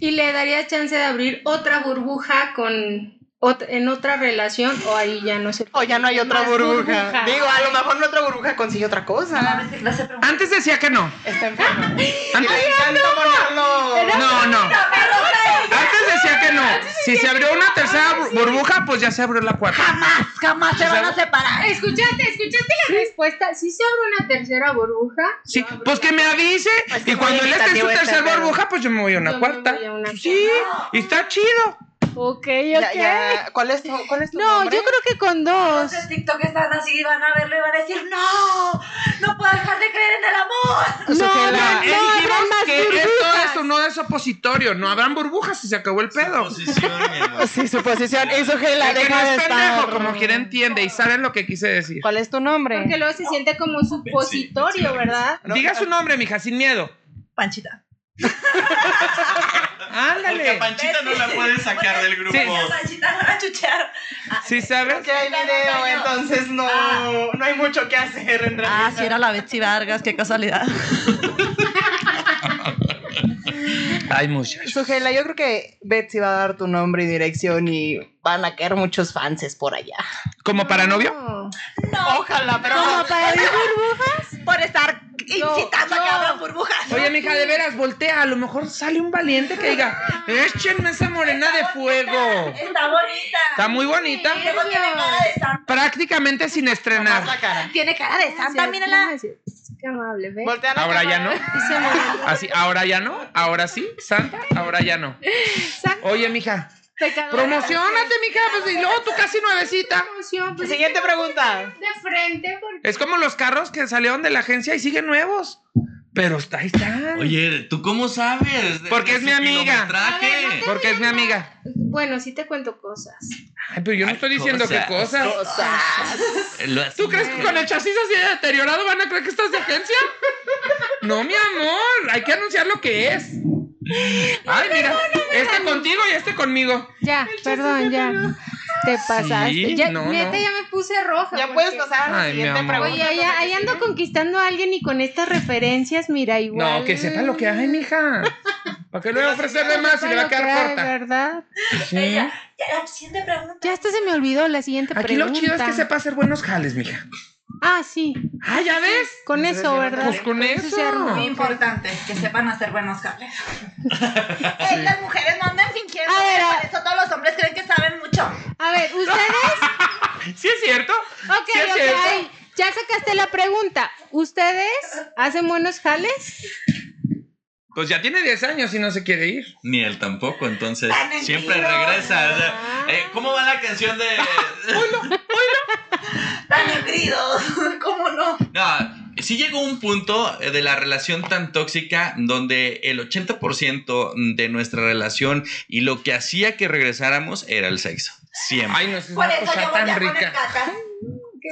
Y le daría chance de abrir otra burbuja con ot- en otra relación o ahí ya no se... O ya no hay otra Más burbuja. burbuja. Digo, a lo mejor en otra burbuja consigue otra cosa. Antes decía que no. Está enfermo. Antes, Le encanta ponerlo. no, no. Antes decía que no. Si se abrió una tercera bur- burbuja, pues ya se abrió la cuarta. Jamás, jamás Pues, se van a separar. Escuchaste, escuchaste la respuesta. Si se abre una tercera burbuja, Sí, pues que me avise. Pues que Y cuando muy él esté en su evitativo este tercera pedo. burbuja, pues yo me voy a Yo una me cuarta. voy a una Sí, y está chido. ok, Ya, ok. ya. ¿Cuál es tu, cuál es tu No, nombre? yo creo que con dos. Entonces TikTok están así, van a verlo y van a decir, no, no puedo dejar de creer en el amor. O sea, No, que no, la- Ya, eh, dijimos habrá más que burbujas. esto es no es opositorio. No habrán burbujas si se acabó el pedo. Posición, mi *laughs* amor. Sí, su posición. Y su gela, El que no deja de es pendejo, estar. como quiera entiende y sabe lo que quise decir. ¿Cuál es tu nombre? Porque luego se siente como un supositorio, ¿verdad? No, Diga su nombre, mija, sin miedo. Panchita. Ándale. Porque a Panchita no la puedes sacar del grupo. Sí. A Panchita no la chucharon. Ah, Sí, Creo ¿sabes? que hay video, entonces no, no hay mucho que hacer en realidad. Ah, sí, era la Betsy Vargas, qué casualidad. Ay, muchachos. Sujela, yo creo que Betsy va a dar tu nombre y dirección y van a caer muchos fanses por allá. ¿Como para novio? No. No, Ojalá, pero Como para abrir burbujas. por estar incitando a no. que abran burbujas. Oye, mija, de veras, voltea. A lo mejor sale un valiente que diga, échenme esa morena de fuego. Está bonita. Está muy bonita. Luego tiene cara de santa. Prácticamente sin nomás estrenar. la cara. Tiene cara Ah, de santa, mírala. Qué amable, ¿ves? Voltea la Ahora ya cámara. no. *laughs* Así, ahora ya no. Ahora sí, Santa. Ahora ya no. Exacto. Oye, mija, Pecadora. promocionate, mija. Pues, y luego tú casi nuevecita. Promoción, pues, Siguiente pregunta. De frente, porque. Es como los carros que salieron de la agencia y siguen nuevos. Pero está- ahí están. Oye, ¿tú cómo sabes? De- Porque de es su mi amiga. kilometraje? A ver, no Porque es mi amiga. Bueno, sí te cuento cosas. Ay, pero yo no Ay, estoy diciendo qué cosas. cosas. Lo hacía. ¿Tú crees que con el chasis así de deteriorado van a creer que estás de agencia? No, mi amor, hay que anunciar lo que es. Ay, mira, este contigo y este conmigo. Ya, perdón, ya. Te pasaste. Sí, ya, no, neta, no. ya me puse roja. Ya porque- puedes pasar a la Ay, mi siguiente amor. pregunta. Oye, ahí, ahí ando conquistando a alguien y con estas referencias, mira, igual. No, que sepa lo que hay, mija. ¿Para qué le voy a ofrecerle Sepa más si le va a lo que quedar hay, corta? ¿verdad? Sí. Ella, ya la siguiente pregunta. Ya hasta se me olvidó la siguiente Aquí lo pregunta. chido es que sepa hacer buenos jales, mija. Ah, sí. Ah, ¿ya ves? Con eso, ¿verdad? Pues con eso. se armó. Muy importante, que sepan hacer buenos *laughs* cables. Estas mujeres no andan fingiendo. A ver, que a- por eso todos los hombres creen que saben mucho. A ver, ustedes. Sí es cierto. Ok, *laughs* Sí es ok. cierto. ay, Ya sacaste la pregunta. ¿Ustedes hacen buenos jales? Pues ya tiene 10 años y no se quiere ir. Ni él tampoco, entonces Ah, Tan mentiroso. siempre regresa. O sea, eh, ¿Cómo va la canción *laughs* de.? Tan híbridos, *laughs* ¿cómo no? no, sí llegó un punto eh, de la relación tan tóxica donde el 80% de nuestra relación y lo que hacía que regresáramos era el sexo. Siempre. Ay, no es Por una eso yo cosa voy tan a poner rica. catas.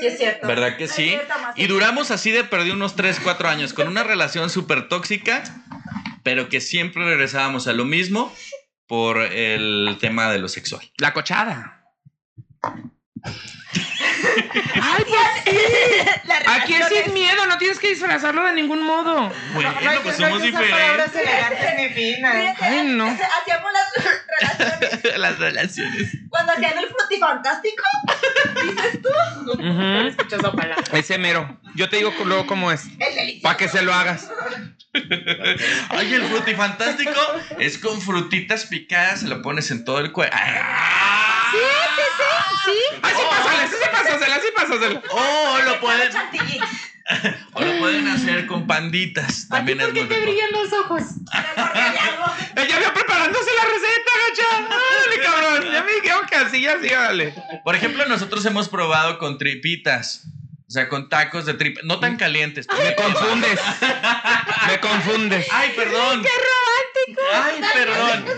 Sí, es cierto. ¿Verdad que Ay, sí? yo jamás Y duramos así de perdido unos 3, 4 años con una relación súper tóxica, pero que siempre regresábamos a lo mismo por el tema de lo sexual. La cochada. pues La Aquí es relación sin miedo, no tienes que disfrazarlo de ningún modo. Bueno, No hay que- pues no hay somos que usar palabras diferentes. elegantes ni finas. Fíjate, Ay, no. Hacíamos las *laughs* relaciones *laughs* Las relaciones. cuando hacían el frutifantástico. Ujú. Escucha esa *laughs* palabra. Ese mero. Yo te digo luego cómo es. El delicioso. Para que se lo hagas. Ay, el frutifantástico es con frutitas picadas, se lo pones en todo el ¡Ah! cuerpo. Sí, sí, sí, sí. Así pásale, así pásasela, así pásasela. O lo pueden, Chantilly. o lo pueden hacer con panditas. ¿A ti También es por qué muy te rico. brillan los ojos? Mejor me hago. Ella vio preparándose la receta, gacha. Dale, cabrón. Ya me dijeron que así, así, dale. Por ejemplo, nosotros hemos probado con tripitas. O sea, con tacos de tripa. No tan calientes. Me confundes. Me confundes. Ay, perdón. ¡Qué romántico! Ah, Ay, perdón. *laughs*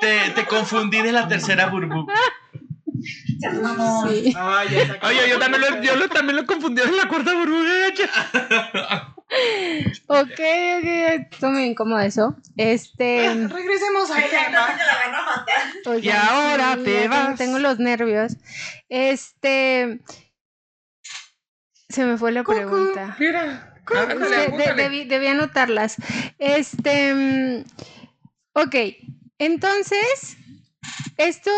Te, te confundí de la tercera burbuja. Seas mamón. Oye, yo también lo, yo lo- también lo confundí en la cuarta burbuja, gacha. Ok, ok, esto me incomoda eso. Este. Regresemos al tema. Entonces te la van a matar. oigan, Y ahora sí, te ya tengo- vas. Tengo los nervios. Este. Se me fue la pregunta. Mira. Pues de- Ándale, de- apúntale. debí, debí anotarlas. Este. mm, Ok. Entonces, esto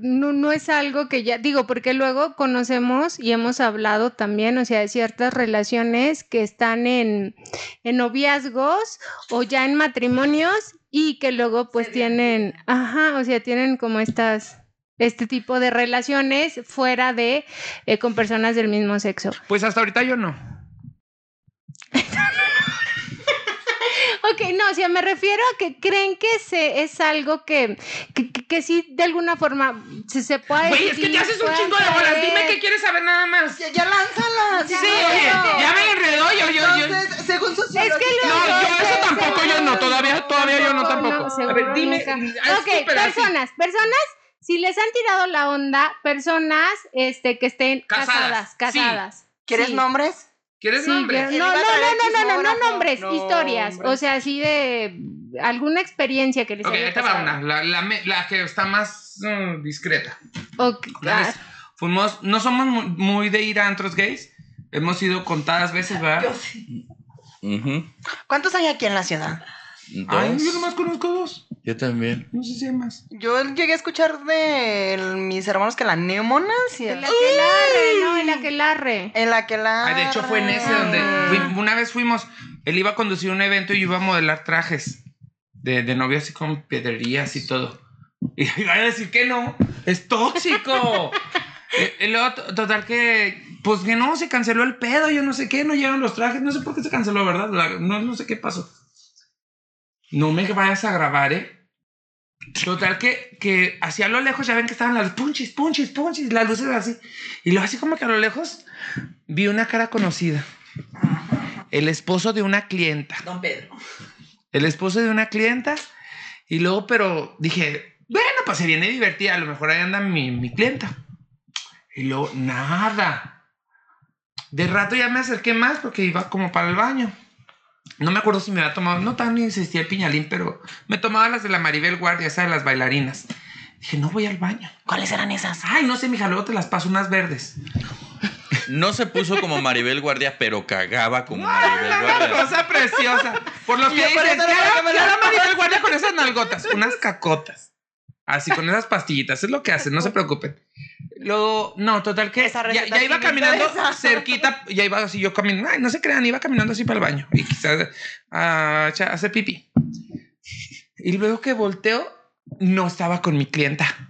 no, no es algo que ya digo, porque luego conocemos y hemos hablado también, o sea, de ciertas relaciones que están en, en noviazgos o ya en matrimonios y que luego pues tienen, ajá, o sea, tienen como estas, este tipo de relaciones fuera de, eh, con personas del mismo sexo. Pues hasta ahorita yo no. Ok, no, o sea, me refiero a que creen que se, es algo que, que, que- que sí, de alguna forma, se, se puede Güey, es que te decir, haces un puede chingo de bolas. saber. Dime qué quieres saber nada más. Sí, Ya, ya lánzala. ya, no. me enredó. Yo, yo, yo. Entonces, según su Es que psicología- No, yo luego- eso tampoco, yo no, todavía- todavía yo no, tampoco. No, seguro A ver, dime, nunca. haz tu Ok, pedacito. personas, personas, si les han tirado la onda, personas este, que estén Casadas, casadas, sí. casadas. ¿Quieres Sí. nombres? ¿Quieres Sí, nombre? yo- no, no, Que diga tal no, no, no, no, chismógrafo. nombres, No, historias. hombre. O sea, así de alguna experiencia que les Ok, haya ahí te va pasado. una. La, la, me- la que está más mm, discreta. Ok, Una ah, vez fuimos, no somos mu- muy de ir a antros gays. Hemos ido contadas veces, ¿verdad? Yo sí. Ujú. ¿Cuántos hay aquí en la ciudad? Ay, yo Dos. nomás conozco dos. Yo también. No sé si hay más. Yo llegué a escuchar de el- mis hermanos que la Neomonas y el el, aquelarre, no, el aquelarre. en la que la. Ay, de hecho, fue en ese donde fui- una vez fuimos. Él iba a conducir un evento y yo iba a modelar trajes de, de novio así con piedrerías y todo. Y *laughs* iba a decir que no, es tóxico. Eh, y luego, to- total que, pues que no, se canceló el pedo, yo no sé qué, no llegan los trajes, no sé por qué se canceló, ¿verdad? La- no, no sé qué pasó. No me vayas a grabar, ¿eh? Total que, que hacia lo lejos ya ven que estaban las punchis, punchis, punchis, las luces así. Y luego así como que a lo lejos vi una cara conocida. El esposo de una clienta. Don Pedro. El esposo de una clienta. Y luego, pero dije, bueno, pues se viene divertida. A lo mejor ahí anda mi, mi clienta. Y luego, nada. De rato ya me acerqué más porque iba como para el baño. No me acuerdo si me había tomado, no tan insistía el piñalín, pero me tomaba las de la Maribel Guardia, esas de las bailarinas. Dije, no voy al baño. ¿Cuáles eran esas? Ay, no sé, mija, luego te las paso unas verdes. No se puso como Maribel Guardia, pero cagaba como Ay, Maribel una Guardia. cosa preciosa. Por lo Y que yo por dicen, eso no ¿qué me hará- la- qué hará Maribel Guardia con esas nalgotas? Unas cacotas. Así, con esas pastillitas. Es lo que hacen, no se preocupen. Luego, no, total que Esa ya, receta ya sí iba me caminando interesa. *laughs* cerquita, ya iba así yo caminando, ay, no se crean, iba caminando así para el baño y quizás ah, echa- hace pipí. Y luego que volteo, no estaba con mi clienta.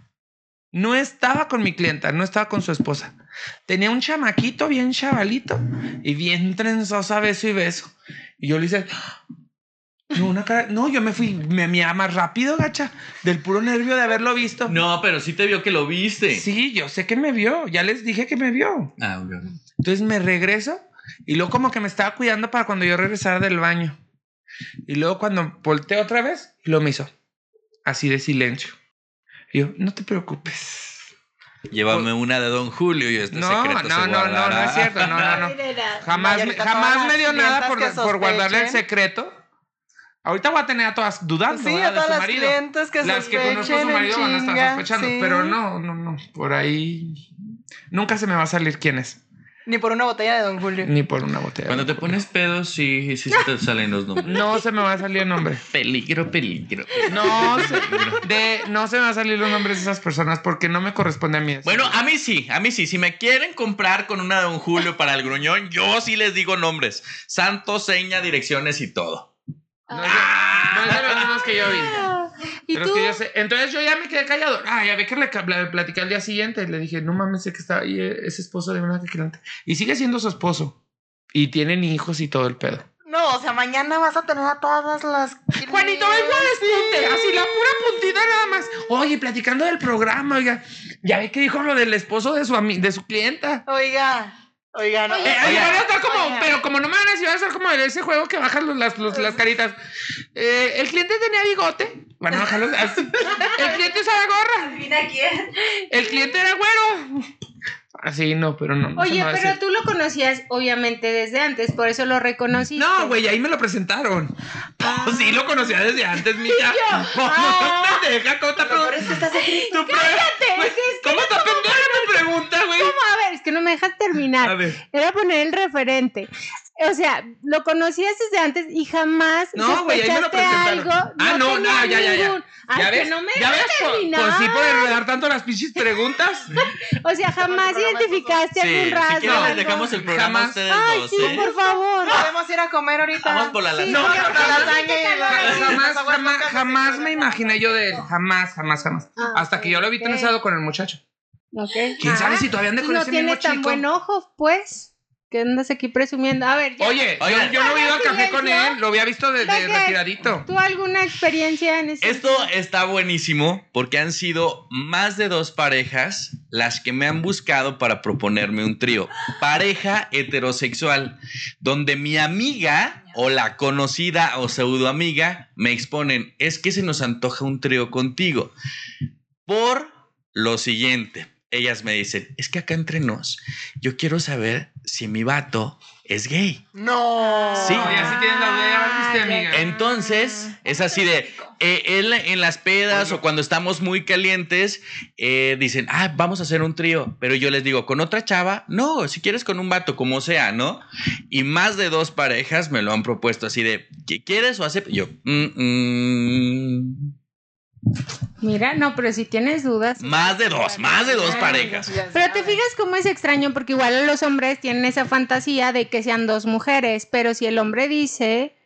No estaba con mi clienta, no estaba con su esposa. Tenía un chamaquito bien chavalito y bien trenzosa, beso y beso. Y yo le hice, "Ah, no, una cara, no, yo me fui, me miaba más rápido, gacha, del puro nervio de haberlo visto. No, pero sí te vio que lo viste. Sí, yo sé que me vio, ya les dije que me vio. Ah, ok. Entonces me regreso y luego como que me estaba cuidando para cuando yo regresara del baño. Y luego cuando volteé otra vez, lo me hizo así de silencio. Y yo, no te preocupes. Llévame una de Don Julio y este No, secreto no, se no, no, no guardará. es cierto, no, no, no. Jamás, me, Mayorita, jamás todas me dio las nada por, clientas que por guardarle el sospechen. secreto. Ahorita voy a tener a todas dudando Sí, ¿verdad? a de todas su las marido. clientes que Las que conozco a su sospechen en marido van a estar chinga, sospechando, sí. pero no, no, no, por ahí nunca se me va a salir quién es, Ni por una botella de Don Julio. ni por una botella. Cuando te pones pedo, sí, sí se te salen los nombres. No se me va a salir el nombre. *laughs* Peligro, peligro. No se, de, no se me va a salir los nombres de esas personas porque no me corresponde a mí. eso. Bueno, a mí sí, a mí sí. Si me quieren comprar con una de Don Julio para el gruñón, yo sí les digo nombres. Santo, seña, direcciones y todo. no, es de- no es de los mismos que yo vi. ¿Y de los tú? que yo sé. Entonces yo ya me quedé callado. Ah, ya ve que le ca- le platicé al día siguiente. Le dije, no mames, sé que está ahí eh, es esposo de una cliente. Y sigue siendo su esposo. Y tienen hijos y todo el pedo. No, o sea, mañana vas a tener a todas *laughs* las. Juanito, vengo al pues. despunte, así la pura puntita nada más. Oye, platicando del programa, oiga, ya ve que dijo lo del esposo de su ami- de su clienta. Oiga, oiga, no. Oye, Eh, ahí Oiga. van a estar como, Oiga. pero como no me van a decir, van a estar como en ese juego que bajan los- las, los- las caritas. Eh, el cliente tenía bigote. Van a bajarlos así. El cliente usaba gorra. Adivina quién. El cliente era güero. Así, Ah, no, pero no. no se Oye, me va a pero decir. tú lo conocías obviamente desde antes, por eso lo reconocí. No, güey, ahí me lo presentaron. Ah. Pues sí, lo conocía desde antes, *laughs* mija. No, no, pendeja, ¿cómo te Pero es que estás aquí. Tu pre- Güey, ¿Cómo te pendeja mi pregunta, güey? A ver, es que no me dejas terminar. ver. Era poner el referente. O sea, lo conocías desde antes y jamás No, güey, ahí me lo sospechaste presentaron. algo. Ah, no, tenía no, ya, ya, ya. ningún- Ay, ¿Ya que ves? no me ¿Ya ves dejas por, terminar. por sí por enredar tanto las pinches *laughs* preguntas? O sea, programa jamás es identificaste algún si rasgo. quieren les algo. dejamos el programa Jamás. a ustedes Ay, dos, sí, ¿eh? por favor. Podemos ir a comer ahorita. Vamos por la sí, lasaña. porque No, por la no, no, lasaña y la- no, las jamás, aguas jamás, locas se jamás curan. me imaginé yo de él. Jamás, jamás, jamás. Ah, Hasta que yo lo vi ok. trenzado con el muchacho. Ok. ¿Quién sabe Ah, si todavía anda con No ese mismo tienes tan chico? buen ojo, pues. Que andas aquí presumiendo. A ver, ya. Oye, yo- Oigan. yo no he ido al café Silencio. con él, lo había visto de, de Oigan. retiradito. ¿Tú alguna experiencia en ese? Esto está buenísimo porque han sido más de dos parejas las que me han buscado para proponerme un trío. Pareja heterosexual, donde mi amiga o la conocida o pseudo amiga me exponen, es que se nos antoja un trío contigo. Por lo siguiente, ellas me dicen, es que acá entre nos, yo quiero saber si mi vato es gay. No. Sí. No, ya sí tienes la duda, ya Ah, valiste, amiga. Entonces, es así de, eh, él en las pedas o cuando estamos muy calientes, eh, dicen, ah, vamos a hacer un trío. Pero yo les digo, con otra chava, no, si quieres con un vato, como sea, ¿no? Y más de dos parejas me lo han propuesto así de, ¿qué quieres o aceptas? Yo, "Mm, mm". Mira, no, pero si tienes dudas. más de dos, más de dos parejas. Pero te fijas cómo es extraño, porque igual los hombres tienen esa fantasía de que sean dos mujeres, pero si el hombre dice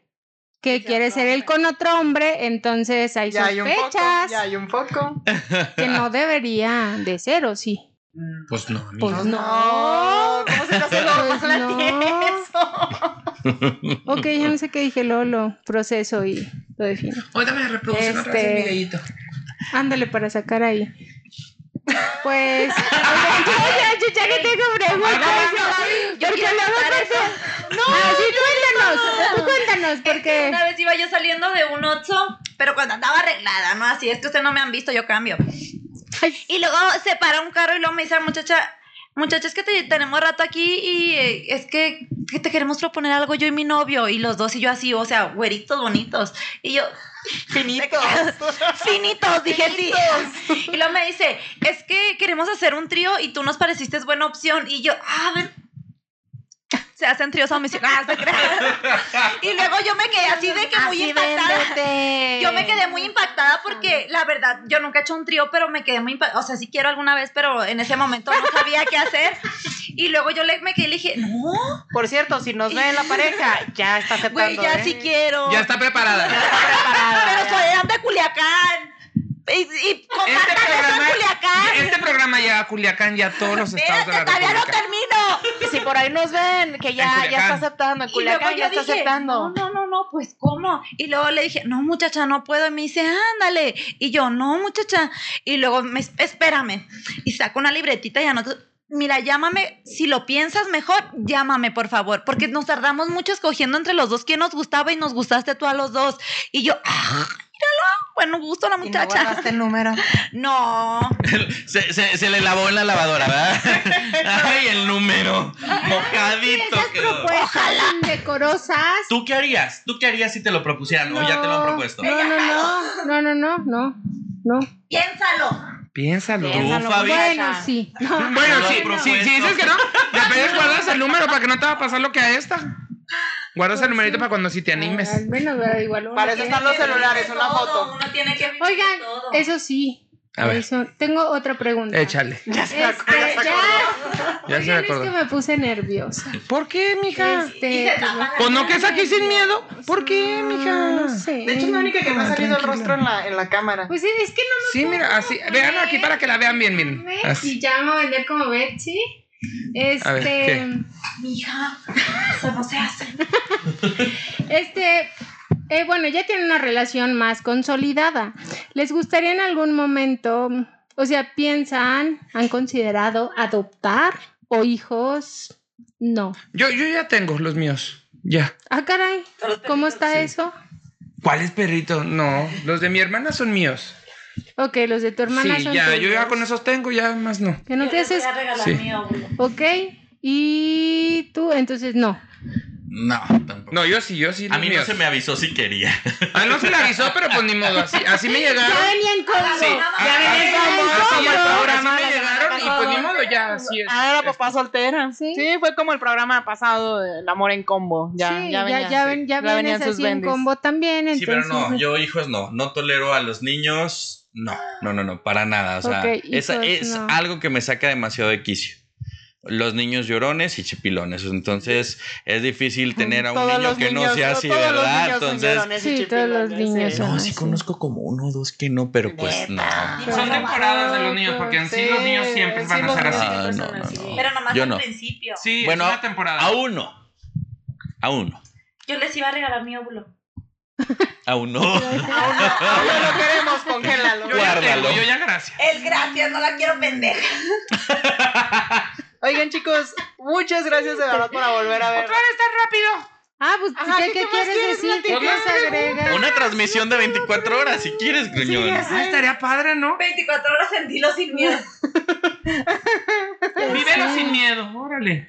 que sea quiere otro ser él hombre. con otro hombre, entonces hay Ya hay un poco. sospechas Ya hay un poco. que no debería de ser, ¿o sí? Pues no, amiga. No. Pues no. ¿Cómo se te hace lo *laughs* Pues mala no. que eso? Ok, ya no sé qué dije, luego lo proceso y lo defino. Ahorita me reproducen otra vez Este- el videíto. Ándale para sacar ahí. Pues, oigan, yo ya, yo ya no *laughs* tengo preguntas. Yo Porque quiero luego contar cuento- esa- Ah, sí, cuéntanos, tú cuéntanos, Es que porque... *laughs* una vez iba yo saliendo de un Oxxo, pero cuando andaba arreglada, ¿no? Así es que ustedes no me han visto, yo cambio. Ay, Y luego se para un carro y luego me dice la muchacha, muchacha, es que te- tenemos rato aquí y eh, es que, que te queremos proponer algo yo y mi novio. Y los dos y yo así, o sea, güeritos bonitos. Y yo, Finitos. finitos, dije sí. Y luego me dice, es que queremos hacer un trío y tú nos pareciste buena opción. Y yo, "Ah, a ver. Se hacen tríos a Ah, Y luego yo me quedé así de que muy así impactada. véndete. Yo me quedé muy impactada porque la verdad yo nunca he hecho un trío, pero me quedé muy impactada. O sea, sí quiero alguna vez, pero en ese momento no sabía qué hacer. Y luego yo le, me quedé y le dije, no, Por cierto, si nos ven la pareja, ya está aceptando. güey, ya ¿eh? sí quiero. Ya está *laughs* preparada. Pero soy de Culiacán. Y, y Este compartan eso en programa, Culiacán. este programa llega a Culiacán, ya a todos los estados de Espérate, la todavía no República. *laughs* termino. Si por ahí nos ven, que En ya, ya Culiacán. está aceptando. En Y luego Culiacán yo ya está dije, aceptando. no, no, no, no, pues ¿cómo? Y luego le dije, no, muchacha, no puedo. Y me dice, ándale. Y yo, no, muchacha. Y luego, me, espérame. Y saco una libretita y anoto. Mira, llámame, si lo piensas mejor, llámame, por favor, porque nos tardamos mucho escogiendo entre los dos quién nos gustaba y nos gustaste tú a los dos. Y yo, ah, míralo, bueno, gusto a la Y no muchacha. guardaste el *laughs* número. *laughs* No, Se, se- se le lavó en la lavadora, *laughs* ¿verdad? Ay, el número. Mojadito. Esas quedó. propuestas indecorosas. ¿Tú qué harías? ¿Tú qué harías si te lo propusieran o ya te lo han propuesto? No, no, no, no, no, no, no, no. piénsalo. Piénsalo. Piénsalo, Fabi. muchacha. Bueno, sí. No. Bueno, No, si, no, si- no. si dices que no, de apenas guardas el número para que no te va a pasar lo que a esta. Guardas el numerito para cuando si te Al animes. menos, pero igual. uno Para eso tiene están los que- celulares, una Todo, foto. Uno tiene que vivir Oigan, todo. eso sí. A ver. Eso. Tengo otra pregunta. Échale. Ya Este, se acordó, ya se acordó. Ya se Oigan, es que acordó. me puse nerviosa. ¿Por qué, mija? Este, se tapa la ¿O Pues no que es aquí sin miedo? ¿Por qué, no, mija? no sé. De Mm, hecho, es la única que no ha salido el rostro en la, en la cámara. Pues sí, es que no Sí, mira, así. Veanlo aquí para que la vean bien, miren. me y Así. ya me voy a vender como Betsy. Este, A ver, ¿qué? Mija, eso no se hace. Este, eh, bueno, ya tienen una relación más consolidada. ¿Les gustaría en algún momento, o sea, piensan, han considerado adoptar o hijos? No. Yo, yo ya tengo los míos. Ya. Ah, caray. ¿Cómo está eso? ¿Cuáles perritos? No, los de mi hermana son míos. Ok, los de tu hermana Sí, son ya, yo ya tuyos. con esos tengo, ya más no. Que no Yo te les voy haces. a regalar Sí. mi óvulo. Ok. Y tú, entonces no. No, tampoco. No, yo sí, yo sí. a los mí no míos. se me avisó si *laughs* quería. Ah, no se le avisó, pero pues ni modo, así, así me Ya llegaron. venían con. Sí, Ya así- venían así con me todo. llegaron y pues ni modo, pero ya así es. Ah, era papá soltera. Sí. Sí. fue como el programa pasado, El amor en combo. Ya, sí, ya ya, venía. ya ven- ya Ya vienes venían sus así en bendis. combo también. Sí, pero no, entonces- yo hijos no, no tolero a los niños, no, no, no, no, para nada, o sea, Ok, esa hijos, es no. algo que me saca demasiado de quicio. Los niños llorones y chipilones, entonces es difícil tener a un Todos niño los que no niños, sea así, todos los ¿verdad? niños son Entonces, llorones y Sí, todos los chipilones, niños sí. son- no, sí conozco como uno o dos que no, pero pues no. Son Pero- temporadas de los niños, porque en sí, los niños siempre sí, van a los ser niños así. siempre Ah, son no, no, así. no. Pero nomás Yo al no. principio. Sí, Bueno, es una temporada. A uno, a uno, Yo les iba a regalar mi óvulo. a Ya uno. lo queremos, congélalo. yo ya tengo, guárdalo. yo ya gracias. El gracias, no la quiero pendeja. Oigan, chicos, muchas gracias de verdad por volver a ver. está rápido. Ah, pues, Ajá, ¿qué, ¿qué- qué qué más quieres quieres decir? ¿Qué platicar? quieres agregar? *laughs* Una transmisión de 24 horas, si quieres, gruñón. Ah, estaría padre, ¿no? 24 horas en dilo sin miedo. Vívelo sin miedo, órale.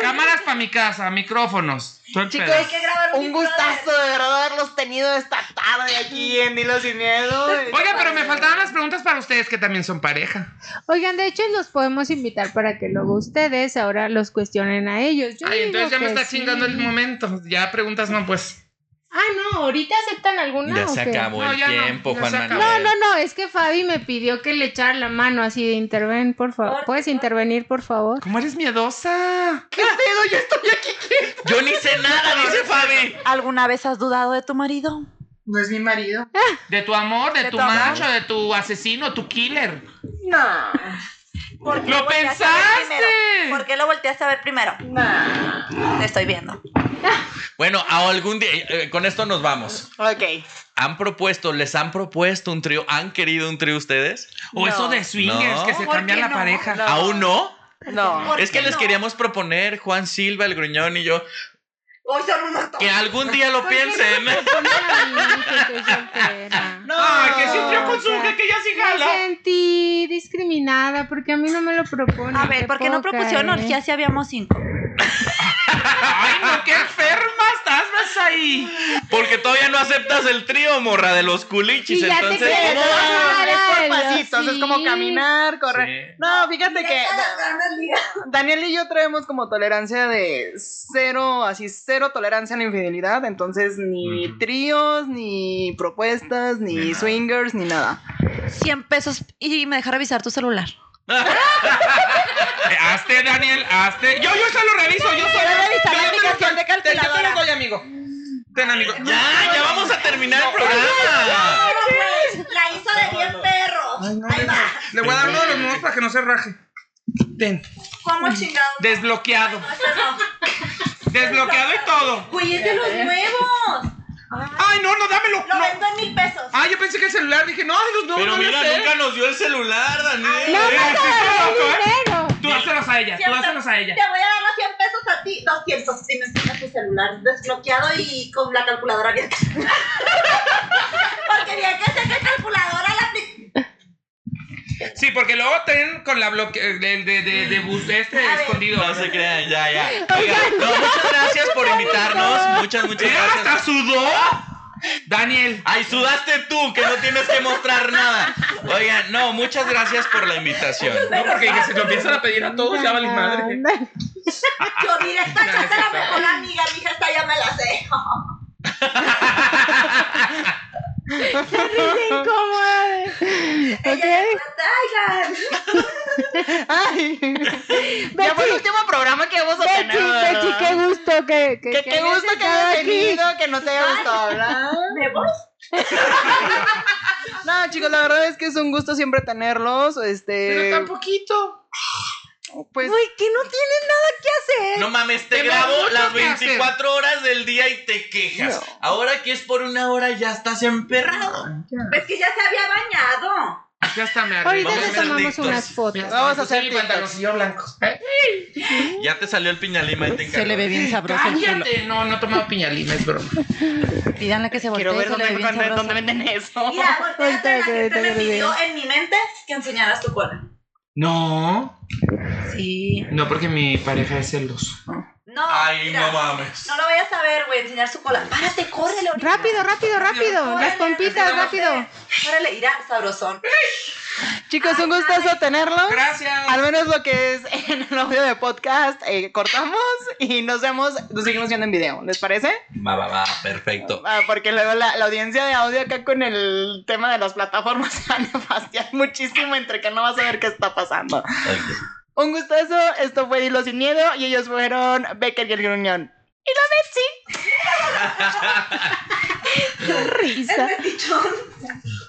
Cámaras para mi casa, micrófonos. todo el Chicos, pedo. Hay que grabar Un gustazo de verdad haberlos tenido esta tarde aquí en Dilo Sin Miedo. Oiga, pero me faltaban las preguntas para ustedes que también son pareja. Oigan, de hecho, los podemos invitar para que luego ustedes ahora los cuestionen a ellos. Yo Ay, entonces digo ya me que está sí. chingando el momento. Ya preguntas no, pues. Ah, no, ahorita aceptan alguna. Ya o se qué? acabó No, el ya no, tiempo, ya Juan se Manuel. acabó. No, no, no, es que Fabi me pidió que le echara la mano así de interven, por favor. Corte, ¿Puedes corte. intervenir, por favor? ¿Cómo eres miedosa? ¿Qué pedo? Yo estoy aquí. Yo ni sé nada, dice Fabi. ¿Alguna vez has dudado de tu marido? No es mi marido. De tu amor, de, De tu tu amor. macho, de tu asesino, tu killer. No. ¿Por qué ¡Lo volteaste a ver pensaste! primero? ¿Por qué lo volteaste a ver primero? No. Te estoy viendo. Bueno, a algún día, eh, eh, con esto nos vamos. Ok. ¿Han propuesto, les han propuesto un trío? ¿Han querido un trío ustedes? O No. eso de swingers No. que se ¿Por cambia qué la no? pareja. No. ¿Aún no? No. ¿Por Es que qué les no? queríamos proponer, Juan Silva, el gruñón y yo, Hoy son unos que algún día lo ¿Por qué no piensen. ¿eh? me ponen a mí que estoy soltera? No. Ay, que sí entró con su ya. hija, que ya sí Me jala. sentí discriminada porque a mí no me lo proponen. A ver, ¿por qué no poca, propusieron ¿eh? orgía si habíamos cinco? Ay, no, qué enferma estás, vas ahí. Porque todavía no aceptas el trío, morra, de los culichis. Y ya te Entonces, quedas. ¿cómo vas? Ay, Es por Dios, pasitos, es como sí. caminar, correr. Sí. No, fíjate que Daniel y yo traemos como tolerancia de cero, así cero tolerancia a la infidelidad, entonces ni Ujú. tríos, ni propuestas, ni, Ni nada. swingers, ni nada. 100 pesos y me deja revisar tu celular. Eh, Hazte, Daniel, hazte. Yo, yo se lo reviso, yo soy. Yo reviso te la lo aplicación doy, de te- Yo te calculadora. lo doy, amigo. Ten, amigo. Ya, ya vamos a terminar el programa. La hizo de 10 perros. Ahí va. Le voy a dar uno de los nuevos para que no se raje. Ten. ¿Cómo chingados? Desbloqueado. Desbloqueado y todo. Güey, es de los nuevos. Ay, no, no, dámelo. Lo Eh, No. vendo en mil pesos. Ay, yo pensé que el celular. Dije, no, de los nuevos. Pero no mira, lo sé. nunca nos dio el celular, Daniel. No, Mira, no, sí, sí, no, loco, ¿eh? dinero. Tú dáselos a ella, tú dáselos a ella. Te voy a dar los 100 pesos a ti. 200 si me enseñas tu celular desbloqueado y con la calculadora abierta. *laughs* Porque bien que sé que calculadora la apli- Sí, porque luego ten con la bloque eh, de, de, de, de bus este A ver. escondido. No se crean, ya, ya. Oiga, no, muchas gracias por invitarnos. Muchas, muchas Mira, hasta gracias. sudó. Daniel. Ay, sudaste tú, que no tienes que mostrar nada. Oiga, no, muchas gracias por la invitación. No, porque dije, si lo empiezan a pedir a todos, ya vale madre. Yo diré, esta ya se la mejor amiga, mi hija, esta ya me la *laughs* sé. ¿Ok? Traigan. Ay. ya fue el último programa que vamos a Bechi, tener. Pues ¿verdad? Bechi, qué gusto que, Que que, que qué hayas gusto que estado hayas aquí. venido, que no te haya gustado hablar. ¿Me voy? No, chicos, la verdad es que es un gusto siempre tenerlos. Este. Pero tan poquito. Pues. que no tienen nada que hacer. No mames, te Tengo grabo mucho las que hacer. 24 horas del día y te quejas. Ahora que es por una hora, ya estás emperrado. Pues que ya se había bañado. Ya está, me arreglé. Ahorita Vamos a les hacer tomamos dictos. unas fotos. Vamos Puse a hacer mi TikToks. pantaloncillo blanco. ¿Eh? Ya te salió el piñalima y te encargo. bien sabroso Cállate. No, no he tomado piñalina, es broma. Pídanle que se Quiero ver dónde, dónde- dónde venden eso. Mira, volteate, Ahorita, la ahorita, gente me ahorita. pidió en mi mente que enseñaras tu cola. No. Sí. No, porque mi pareja es celoso. No. Ay, mira, no mames. No lo vayas a ver, güey, enseñar su cola. Párate, córrele ahorita. Rápido, rápido, rápido. Órale, Las pompitas, así nomás rápido. ve. Órale, irá, sabrosón. Chicos, un gustazo tenerlos. Gracias. Al menos lo que es *laughs* en el audio de podcast, eh, cortamos y nos vemos, nos seguimos viendo en video. ¿Les parece? Va, va, va, perfecto. Ah, porque luego la, la audiencia de audio acá con el tema de las plataformas *laughs* se van a fastidiar muchísimo entre que no vas a ver qué está pasando. Ok. Un gustazo, esto fue Dilo Sin Miedo y ellos fueron Becker y el Gruñón. Y la Betsy. Risa. Es metichón.